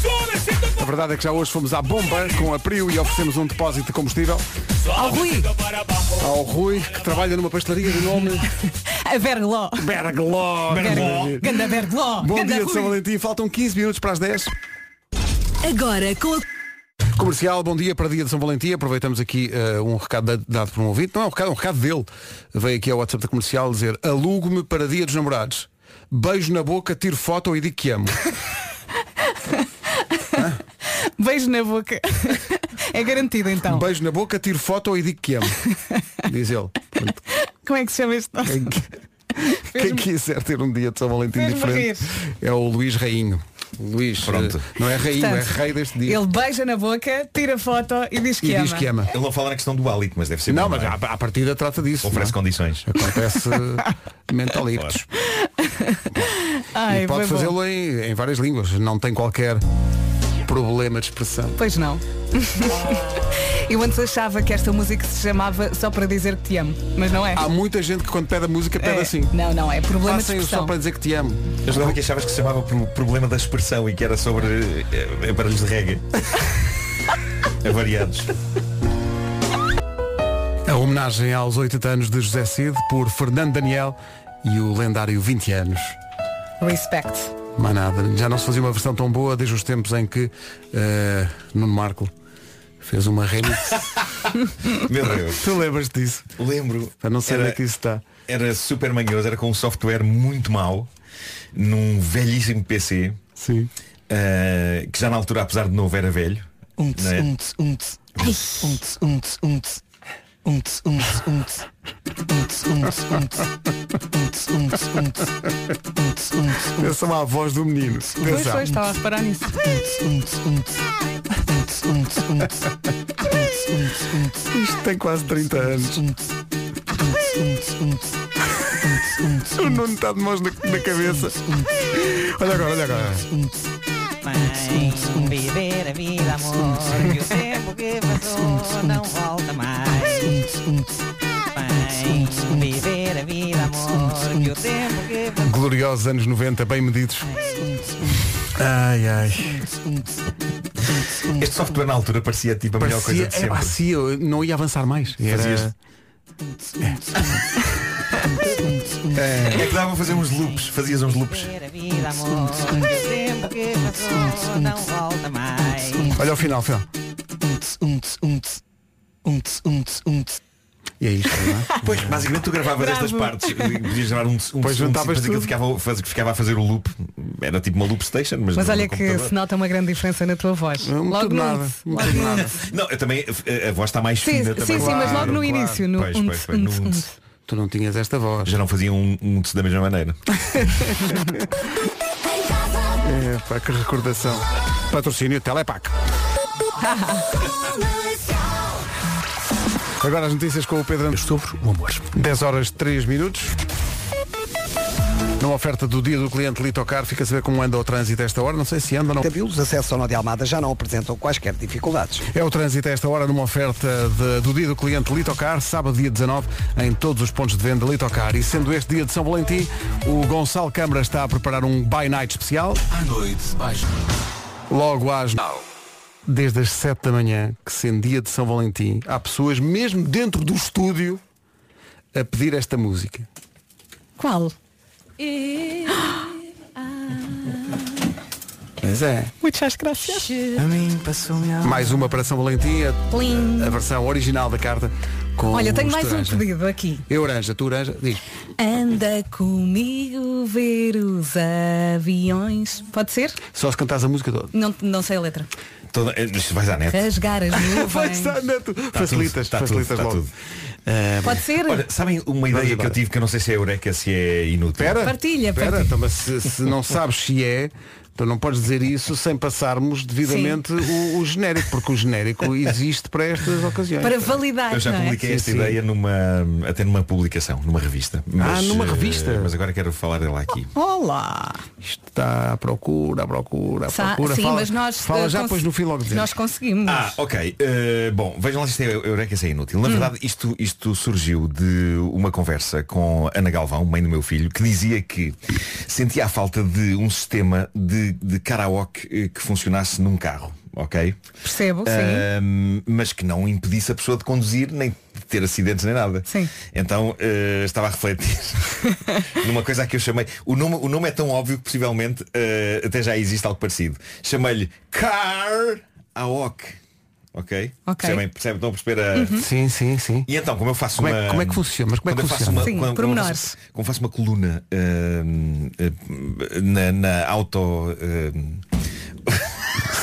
S2: Suavecito
S1: A verdade é que já hoje fomos à bomba com a Prio e oferecemos um depósito de combustível
S5: Ao Rui,
S2: para abajo.
S1: ao Rui, que trabalha numa pastelaria do nome
S5: a Bergló.
S1: Bergló.
S5: Ganda Bergló.
S1: Bom
S5: Ganda
S1: dia de São
S5: Rui.
S1: Valentim, faltam 15 minutos para as 10.
S4: Agora com a
S1: Comercial, bom dia para dia de São Valentim. Aproveitamos aqui eh, um recado da- dado por um ouvinte. Não é um recado, é um recado dele. Veio aqui ao WhatsApp da comercial dizer alugo-me para dia dos namorados. Beijo na boca, tiro foto e digo que
S5: (laughs)
S1: amo.
S5: Beijo na boca. (laughs) É garantido então.
S1: Beijo na boca, tiro foto e digo que amo. Diz ele.
S5: (laughs) Como é que se chama este nome?
S1: Quem quiser ter um dia de São Valentim diferente é o Luís Rainho. Luís,
S7: Pronto.
S1: eh, não é Rainho,
S5: Portanto,
S1: é rei deste dia.
S5: Ele beija na boca, tira foto e diz que
S1: E
S5: ama.
S1: diz que ama.
S7: Ele não fala na questão do hálito, mas deve ser.
S1: Não,
S7: bom,
S1: mas à, à partida trata disso.
S7: Oferece
S1: não é?
S7: condições.
S1: Acontece
S7: (laughs)
S1: mentalitos.
S5: Ai,
S1: e pode
S5: foi bom.
S1: fazê-lo em, em várias línguas. Não tem qualquer problema de expressão.
S5: Pois não. (laughs) Eu antes achava que esta música se chamava Só para dizer que te amo, mas não é.
S1: Há muita gente que quando pede a música pede
S5: É.
S1: assim.
S5: Não, não, é problema de
S1: Passem-o
S5: expressão.
S1: só para dizer que te amo.
S7: Eu jurava que achavas que se chamava pro- problema da expressão e que era sobre eh, aparelhos de reggae. (laughs) Avariados.
S1: A homenagem aos 80 anos de José Cid por Fernando Daniel e o lendário 20 anos.
S5: Respect.
S1: Mais nada. Já não se fazia uma versão tão boa desde os tempos em que eh, Nuno Marco fez
S7: (laughs)
S1: uma remix.
S7: Meu Deus.
S1: tu lembras-te disso?
S7: Lembro.
S1: Para não sei
S7: Era-
S1: onde é que isso está.
S7: Era super manhoso, era com um software muito mau, num velhíssimo PC,
S1: Sim.
S7: eh, que já na altura, apesar de novo, era velho.
S12: Untz,
S7: Não é?
S12: untz, untz. Untz, untz, untz, untz. Untz, untz, untz. Untz, untz, untz. Untz, untz, untz. Untz, untz, untz.
S1: Pensa lá a voz do menino.
S5: Pois,
S1: Atenção.
S5: pois, estava a reparar nisso.
S1: Isto tem quase 30 anos. O Nuno está de mãos na, na cabeça. Olha agora, olha agora.
S13: Bem, viver a vida, amor Que o tempo que passou não volta mais Bem, viver a vida, amor Que o tempo que passou
S1: Gloriosos anos 90, bem medidos. Ai, ai.
S7: Este software na altura parecia tipo a melhor coisa
S1: Parecia,
S7: de
S1: é, pá,
S7: sempre.
S1: sim, eu não ia avançar mais. Era...
S7: Fazias- É que dava a fazer uns loops, fazias uns loops.
S13: Viver a vida, amor Que o tempo que passou não volta mais
S1: Olha o final, final. E é isto, não é?
S7: Pois, basicamente tu gravavas estas partes, podias gravar um, um
S1: Pois
S7: um-
S1: juntavas
S7: depois aquilo
S1: tudo.
S7: ficava, faz- ficava a fazer o loop. Era tipo uma loop station, mas,
S5: Mas
S7: no-
S5: olha
S7: no
S5: que
S7: computador.
S5: se nota uma grande diferença na tua voz. Logo no
S1: nada,
S5: índice,
S1: muito
S5: logo no
S1: nada.
S5: índice.
S7: Não, eu também, eh, a, a voz está mais
S5: Sim,
S7: fina
S5: sim,
S7: também.
S5: sim, mas logo no início, no um,
S7: Pois, pois,
S5: untz,
S7: pois, no
S5: untz,
S7: untz.
S5: untz.
S1: (laughs) Tu não tinhas esta voz.
S7: Já não fazia um, um da mesma maneira.
S1: É, pá, que recordação. Patrocínio (laughs) Telepac. Agora as notícias com o Pedro Andes sobre o amor. 10 horas 3 minutos. Numa oferta do dia do cliente Litocar, fica a saber como anda o trânsito a esta hora. Não sei se anda ou não.
S3: Cabilos, acesso ao Nó de Almada já não apresentam quaisquer dificuldades.
S1: É o trânsito a esta hora numa oferta de- do dia do cliente Litocar, sábado dia 19, em todos os pontos de venda Litocar. E sendo este dia de São Valentim, o Gonçalo Câmara está a preparar um By Night especial.
S9: À noite, baixo.
S1: Logo às... Desde as 7 da manhã, que sendo dia de São Valentim, há pessoas, mesmo dentro do estúdio, a pedir esta música.
S5: Qual?
S1: Pois é.
S5: Muitas graças.
S1: Mais uma para São Valentim, a,
S5: Plim.
S1: a versão original da carta com
S5: Olha, tenho
S1: os
S5: mais um
S1: Toranja.
S5: pedido aqui.
S1: Eu oranja, tu oranja, diz.
S5: Anda comigo ver os aviões. Pode ser?
S1: Só se cantares a música toda.
S5: Não, não sei a letra.
S7: Toda, eh, isto vais à net.
S1: (laughs)
S5: Rasgar as nuvens.
S1: Pois, Ana, tu
S7: Tá
S1: facilitas,
S7: tudo, tá tudo,
S1: facilitas
S7: tá
S1: logo.
S7: tudo.
S1: Eh,
S5: Pode ser?
S7: Olha, sabem uma ideia que eu
S1: embora.
S7: tive que eu não sei se é eureka, se é inútil.
S1: Espera,
S5: Partilha,
S1: espera,
S5: partilha.
S1: então, mas se, se não sabes se é, então não podes dizer isso sem passarmos devidamente o, o genérico, porque o genérico existe para estas ocasiões.
S5: Para validar.
S7: Eu já
S5: não é?
S7: publiquei
S1: Sim,
S7: esta
S1: sim.
S7: ideia numa até numa publicação, numa revista. Mas,
S1: Ah, numa
S7: eh,
S1: revista?
S7: Mas agora quero falar dela aqui.
S5: Olá!
S1: Isto está à procura, à procura, à
S5: Sa-
S1: procura.
S5: sim,
S1: fala
S5: mas nós.
S1: fala
S5: eh,
S1: já
S5: cons-
S1: depois no fim logo dizer.
S5: Nós conseguimos.
S7: Ah, ok. Eh, bom, vejam lá se isto é Eureka se é inútil. Na verdade, isto, isto surgiu de uma conversa com Ana Galvão, mãe do meu filho, que dizia que sentia a falta de um sistema de, de karaoke eh, que funcionasse num carro, ok?
S5: Percebo,
S1: eh,
S5: sim.
S7: Ahm, mas que não impedisse a pessoa de conduzir nem de ter acidentes nem nada.
S5: Sim.
S7: Então eh, estava a
S5: (laughs)
S7: refletir numa coisa a que eu chamei. O nome, o nome é tão óbvio que possivelmente eh, até já existe algo parecido. Chamei-lhe Car Aok. Ok?
S5: Ok. Uhum.
S7: Percebem? Percebem? Estão a perceber a.
S1: Sim, sim, sim.
S7: E então, como eu faço
S1: Como é-
S7: uma...
S1: como é que funciona? Mas como é que
S7: quando eu faço
S1: funciona?
S7: uma-
S5: Sim,
S7: quando- quando eu
S5: pormenores.
S7: faço- Como faço uma coluna ahm, eh, na, na auto... eh, ahm,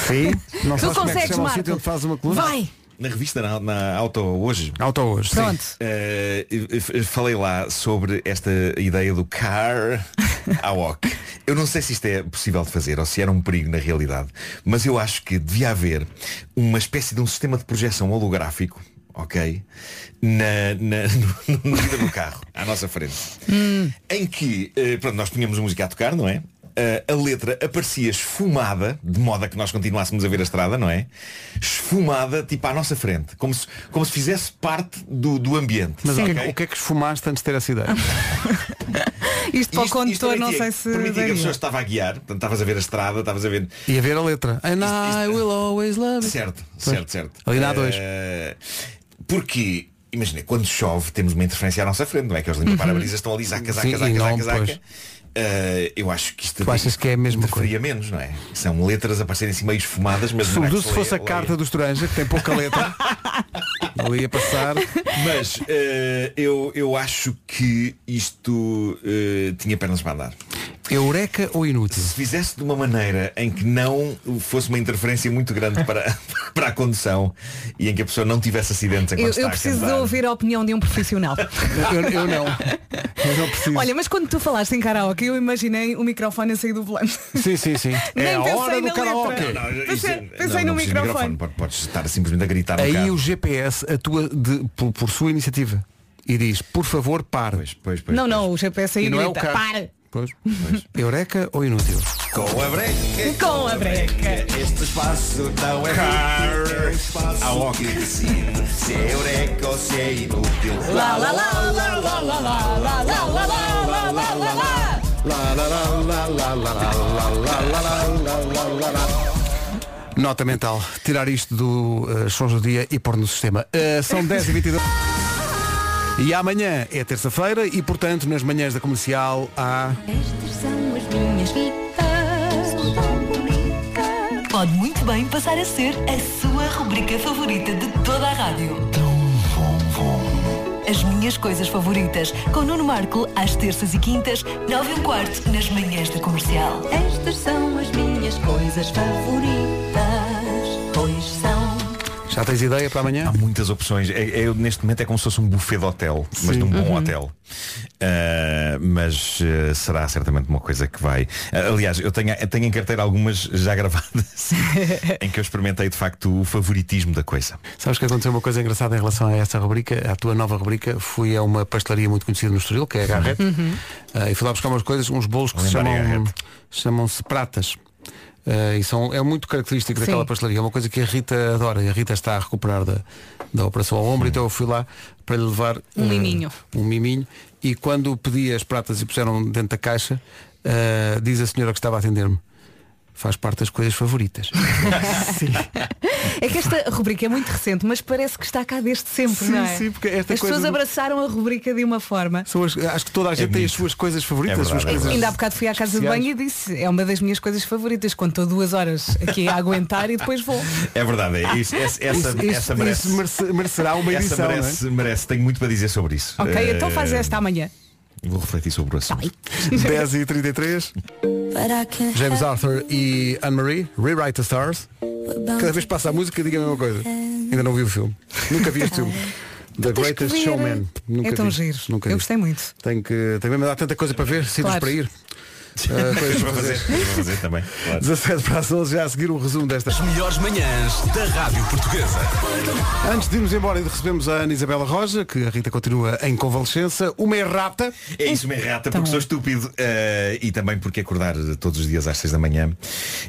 S1: Sim. Não
S5: Tu
S1: sabes como é que se
S5: consegues,
S1: é chama o
S5: Marco.
S1: sítio onde fazes uma coluna?
S5: Vai!
S7: Na revista, na, na Auto Hoje.
S1: Auto Hoje, sim.
S5: Pronto.
S7: Eh, eh, falei lá sobre esta ideia do car a walk. Eu não sei se isto é possível de fazer ou se era um perigo na realidade, mas eu acho que devia haver uma espécie de um sistema de projeção holográfico, ok? Na, na- (laughs) no- no vidro do carro, à nossa frente em que eh, pronto, nós tínhamos música a tocar, não é? Eh, a letra aparecia esfumada, de modo a que nós continuássemos a ver a estrada, não é? Esfumada, tipo à nossa frente, como se, como se fizesse parte do, do ambiente.
S1: Mas o que, é,
S7: ok?
S1: que- o que é que esfumaste antes de ter essa ideia?
S5: (laughs) Isto para o
S1: é
S5: condutor não
S7: permitia-
S5: sei se
S7: Permitia é que a
S5: daria.
S7: pessoa estava a guiar, portanto, estavas a ver a estrada, estavas a ver.
S1: E a ver a letra. And I will always love. you.
S7: Certo, certo, certo.
S1: Ali na A2.
S7: Eh, porque, imagina, quando chove temos uma interferência à nossa frente, não é? Que eles limpam para-brisas estão ali, zaca, zaca,
S1: Uhum. Sim,
S7: zaca, zaca,
S1: enorme,
S7: zaca.
S1: pois.
S7: Eh, eu acho que isto
S1: Tu achas que é a mesma coisa?
S7: Faria menos, não é? São letras a parecerem assim meio esfumadas, mas não é que
S1: Sobretudo se
S7: leia-
S1: fosse a
S7: leia.
S1: carta do Estoranja, que tem
S7: (laughs)
S1: pouca letra. ali a passar.
S7: Mas eh, eu, eu acho que isto eh, tinha pernas para andar.
S1: Eureka ou inútil?
S7: Se fizesse de uma maneira em que não fosse uma interferência muito grande para, (laughs) para a condução e em que a pessoa não tivesse acidentes
S5: Eu,
S7: enquanto está
S5: eu
S7: a
S5: preciso de
S1: é?
S7: cantar.
S5: ouvir a opinião de um profissional.
S1: Eu, eu não. Eu não preciso.
S5: Olha, mas quando tu falaste em karaoke, eu imaginei o microfone a sair do volante.
S1: Sim, sim, sim.
S5: Nem
S1: é a
S5: pensei
S1: hora do
S5: na
S1: karaoke.
S5: letra.
S7: Não, isso-
S5: Pensei-
S7: não,
S5: pensei
S7: não precisas
S5: no
S7: de
S5: microfone.
S7: Pode- Podes estar simplesmente a gritar um no
S1: Aí
S7: carro.
S1: o GPS atua de- por, por sua iniciativa e diz, por favor, pare.
S7: Pois, pois.
S5: Não, não, o GPS aí
S1: E não é o
S5: grita.
S1: carro.
S5: Para!
S1: Pois. Eureka ou inútil?
S7: Com a breca,
S5: Com a breca.
S7: este espaço não é meu, é um espaço a que decide se é eureka ou se é inútil.
S2: Lá, lá, lá, lá, lá, lá, lá, lá, lá, lá, lá, lá, lá, lá, lá.
S1: Nota mental, tirar isto do eh, Sons do Dia e pôr no sistema. Eh, são 10 e 22 E amanhã é terça-feira e, portanto, nas manhãs da comercial há.
S4: Estas são as minhas fitas. São tão bonitas. Pode muito bem passar a ser a sua rubrica favorita de toda a rádio. As minhas coisas favoritas, com Nuno Marco, às terças e quintas, nove e um quarto, nas manhãs da comercial. Estas são as minhas coisas favoritas, pois são.
S1: Já tens ideia para amanhã?
S7: Há muitas opções. É, é- neste momento é como se fosse um buffet de hotel, mas
S1: Sim.
S7: de um bom
S1: Uhum.
S7: hotel. Ah, mas ah, será certamente uma coisa que vai. Ah, aliás, eu tenho, eu tenho em carteira algumas já gravadas em que eu experimentei de facto o favoritismo da coisa.
S1: Sabes que aconteceu uma coisa engraçada em relação a essa rubrica, à tua nova rubrica. Fui a uma pastelaria muito conhecida no Estoril, que é a Garrett,
S5: Uhum.
S1: eh, e fui lá buscar umas coisas, uns bolos que se
S7: Lendária
S1: chamam, chamam-se pratas. Eh, e são, é muito característico daquela
S7: Sim.
S1: pastelaria, é uma coisa que a Rita adora e a Rita está a recuperar da, da operação ao ombro, então eu fui lá para lhe levar
S5: Um
S1: eh,
S5: miminho.
S1: um miminho e quando pedi as pratas e puseram dentro da caixa, eh, diz a senhora que estava a atender-me, faz parte das coisas
S7: (laughs)
S1: favoritas.
S5: É que esta rubrica é muito recente, mas parece que está cá desde sempre,
S1: Sim,
S5: não é?
S1: sim, porque esta
S5: As
S1: coisa
S5: pessoas
S1: do-
S5: abraçaram a rubrica de uma forma.
S1: São as- acho que toda a gente tem as suas coisas favoritas,
S7: É
S1: as suas
S7: verdade, é
S1: coisas.
S5: Ainda há bocado fui à casa de
S1: especiais.
S5: banho e disse, é uma das minhas coisas favoritas, quando estou duas horas aqui a aguentar e depois vou.
S7: É verdade, é isso, essa, essa,
S1: Isso- isso-
S7: essa merece.
S1: isso merece- merecerá uma
S7: essa
S1: edição,
S7: merece, merece, tenho muito para dizer sobre isso.
S5: Ok,
S1: É.
S7: Eh,
S5: então faz esta Tá amanhã. É
S7: Vou refletir sobre o assunto.
S5: (laughs)
S1: 10 é? e 33 James Arthur e Anne-Marie, Rewrite the Stars. Cada vez que passa a música, diga a mesma coisa. Ainda não vi o filme. Nunca vi
S5: (laughs)
S1: este filme. The
S5: Tens que
S1: Greatest
S5: ver.
S1: Showman. Nunca
S5: é tão
S1: vi.
S5: giro.
S1: Nunca
S5: Eu
S1: vi.
S5: gostei muito.
S1: Tenho que. Também me dá tanta coisa para ver, sítios
S5: Claro.
S1: para ir. Ah, Então- coisas
S7: Coisas
S1: para
S7: coisas
S1: fazer.
S7: para Eh, fazer também. claro.
S1: 17 para as 11, já a seguir o resumo destas
S9: melhores manhãs da Rádio Portuguesa.
S1: Antes de irmos embora e de recebemos a Ana Isabela Roja, que a Rita continua em convalescença, uma errata.
S7: É isso, uma errata, porque sou estúpido eh, e também porque acordar todos os dias às seis da manhã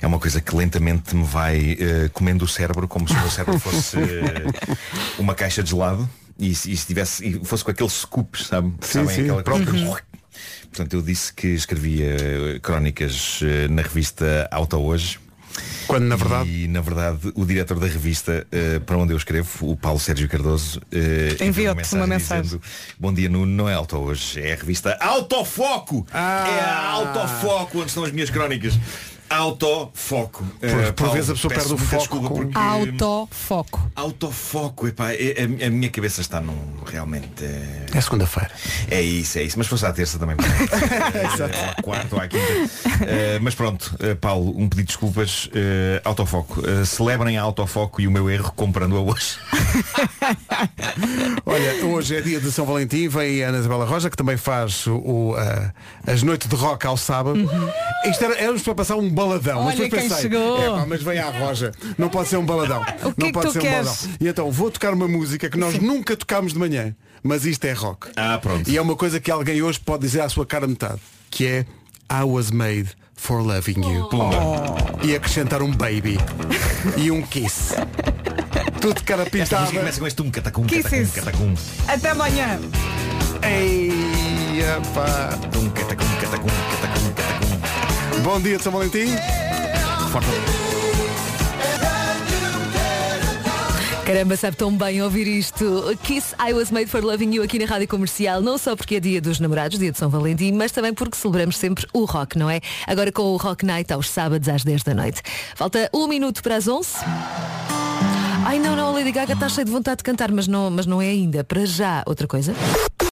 S7: é uma coisa que lentamente me vai eh, comendo o cérebro, como se o meu cérebro fosse eh, uma caixa de gelado e, se- e se tivesse, e fosse com aquele scoop, sabe?
S1: Sim,
S7: Sabem,
S1: sim,
S7: coisa que-
S1: próprio.
S7: Portanto, eu disse que escrevia eh, crónicas eh, na revista Auto Hoje.
S1: Quando na verdade.
S7: E na verdade o diretor da revista eh, para onde eu escrevo, o Paulo Sérgio Cardoso, eh,
S5: Enviou-te uma mensagem.
S7: dizendo, Bom dia Nuno, não é Auto
S1: Ah.
S7: Hoje, é a revista Autofoco! É a Autofoco onde estão as minhas crónicas. Autofoco.
S1: Por-
S7: Eh,
S1: por
S7: Paulo,
S1: vezes a pessoa
S7: peço
S1: perde o
S7: muita
S1: foco
S7: desculpa
S1: com-
S7: porque-
S11: Autofoco.
S7: Autofoco, epá, é- a, a minha cabeça está num realmente. eh,
S1: É segunda-feira.
S7: É isso, é isso. Mas fosse à terça
S11: (laughs)
S7: também. pronto. Eh, ou à quarta ou à quinta. Eh, mas pronto, eh, Paulo, um pedido de desculpas. eh, autofoco. Eh, celebrem a autofoco e o meu erro comprando-a hoje.
S1: Olha, hoje é dia de São Valentim, vem a Ana Isabela Roja, que também faz o, o, ah, as noites de rock ao sábado. Isto era, éramos para passar um baladão, mas
S11: Uhum. Olha
S1: depois
S11: quem
S1: pensei,
S11: chegou.
S1: "Epá, mas vem à Roja, não pode ser um baladão.
S11: O que
S1: não
S11: é que
S1: pode
S11: tu
S1: ser um
S11: queres?
S1: baladão. E então vou tocar uma música que nós nunca tocámos de manhã, mas isto é rock.
S7: Ah, pronto.
S1: E é uma coisa que alguém hoje pode dizer à sua cara metade, que é I was made for loving you.
S11: Oh.
S1: E acrescentar um
S11: (laughs)
S1: baby e um kiss. Tudo de cara
S7: Esta
S1: pintada.
S7: música começa com este um catacum,
S11: Que isso é
S7: catacum,
S11: isso?
S7: catacum. Um
S11: Até amanhã.
S1: Ei, epá.
S7: Um catacum, catacum, catacum, catacum.
S1: Bom dia de São Valentim.
S7: Forte
S4: Caramba, sabe tão bem ouvir isto. Kiss I Was Made for Loving You aqui na Rádio Comercial, não só porque é dia dos namorados, dia de São Valentim, mas também porque celebramos sempre o rock, não é? Agora com o Rock Night aos sábados às 10 da noite. Falta um minuto para as 11. Ai não, não, a Lady Gaga está cheia de vontade de cantar, mas não, mas não é ainda. Para já, outra coisa.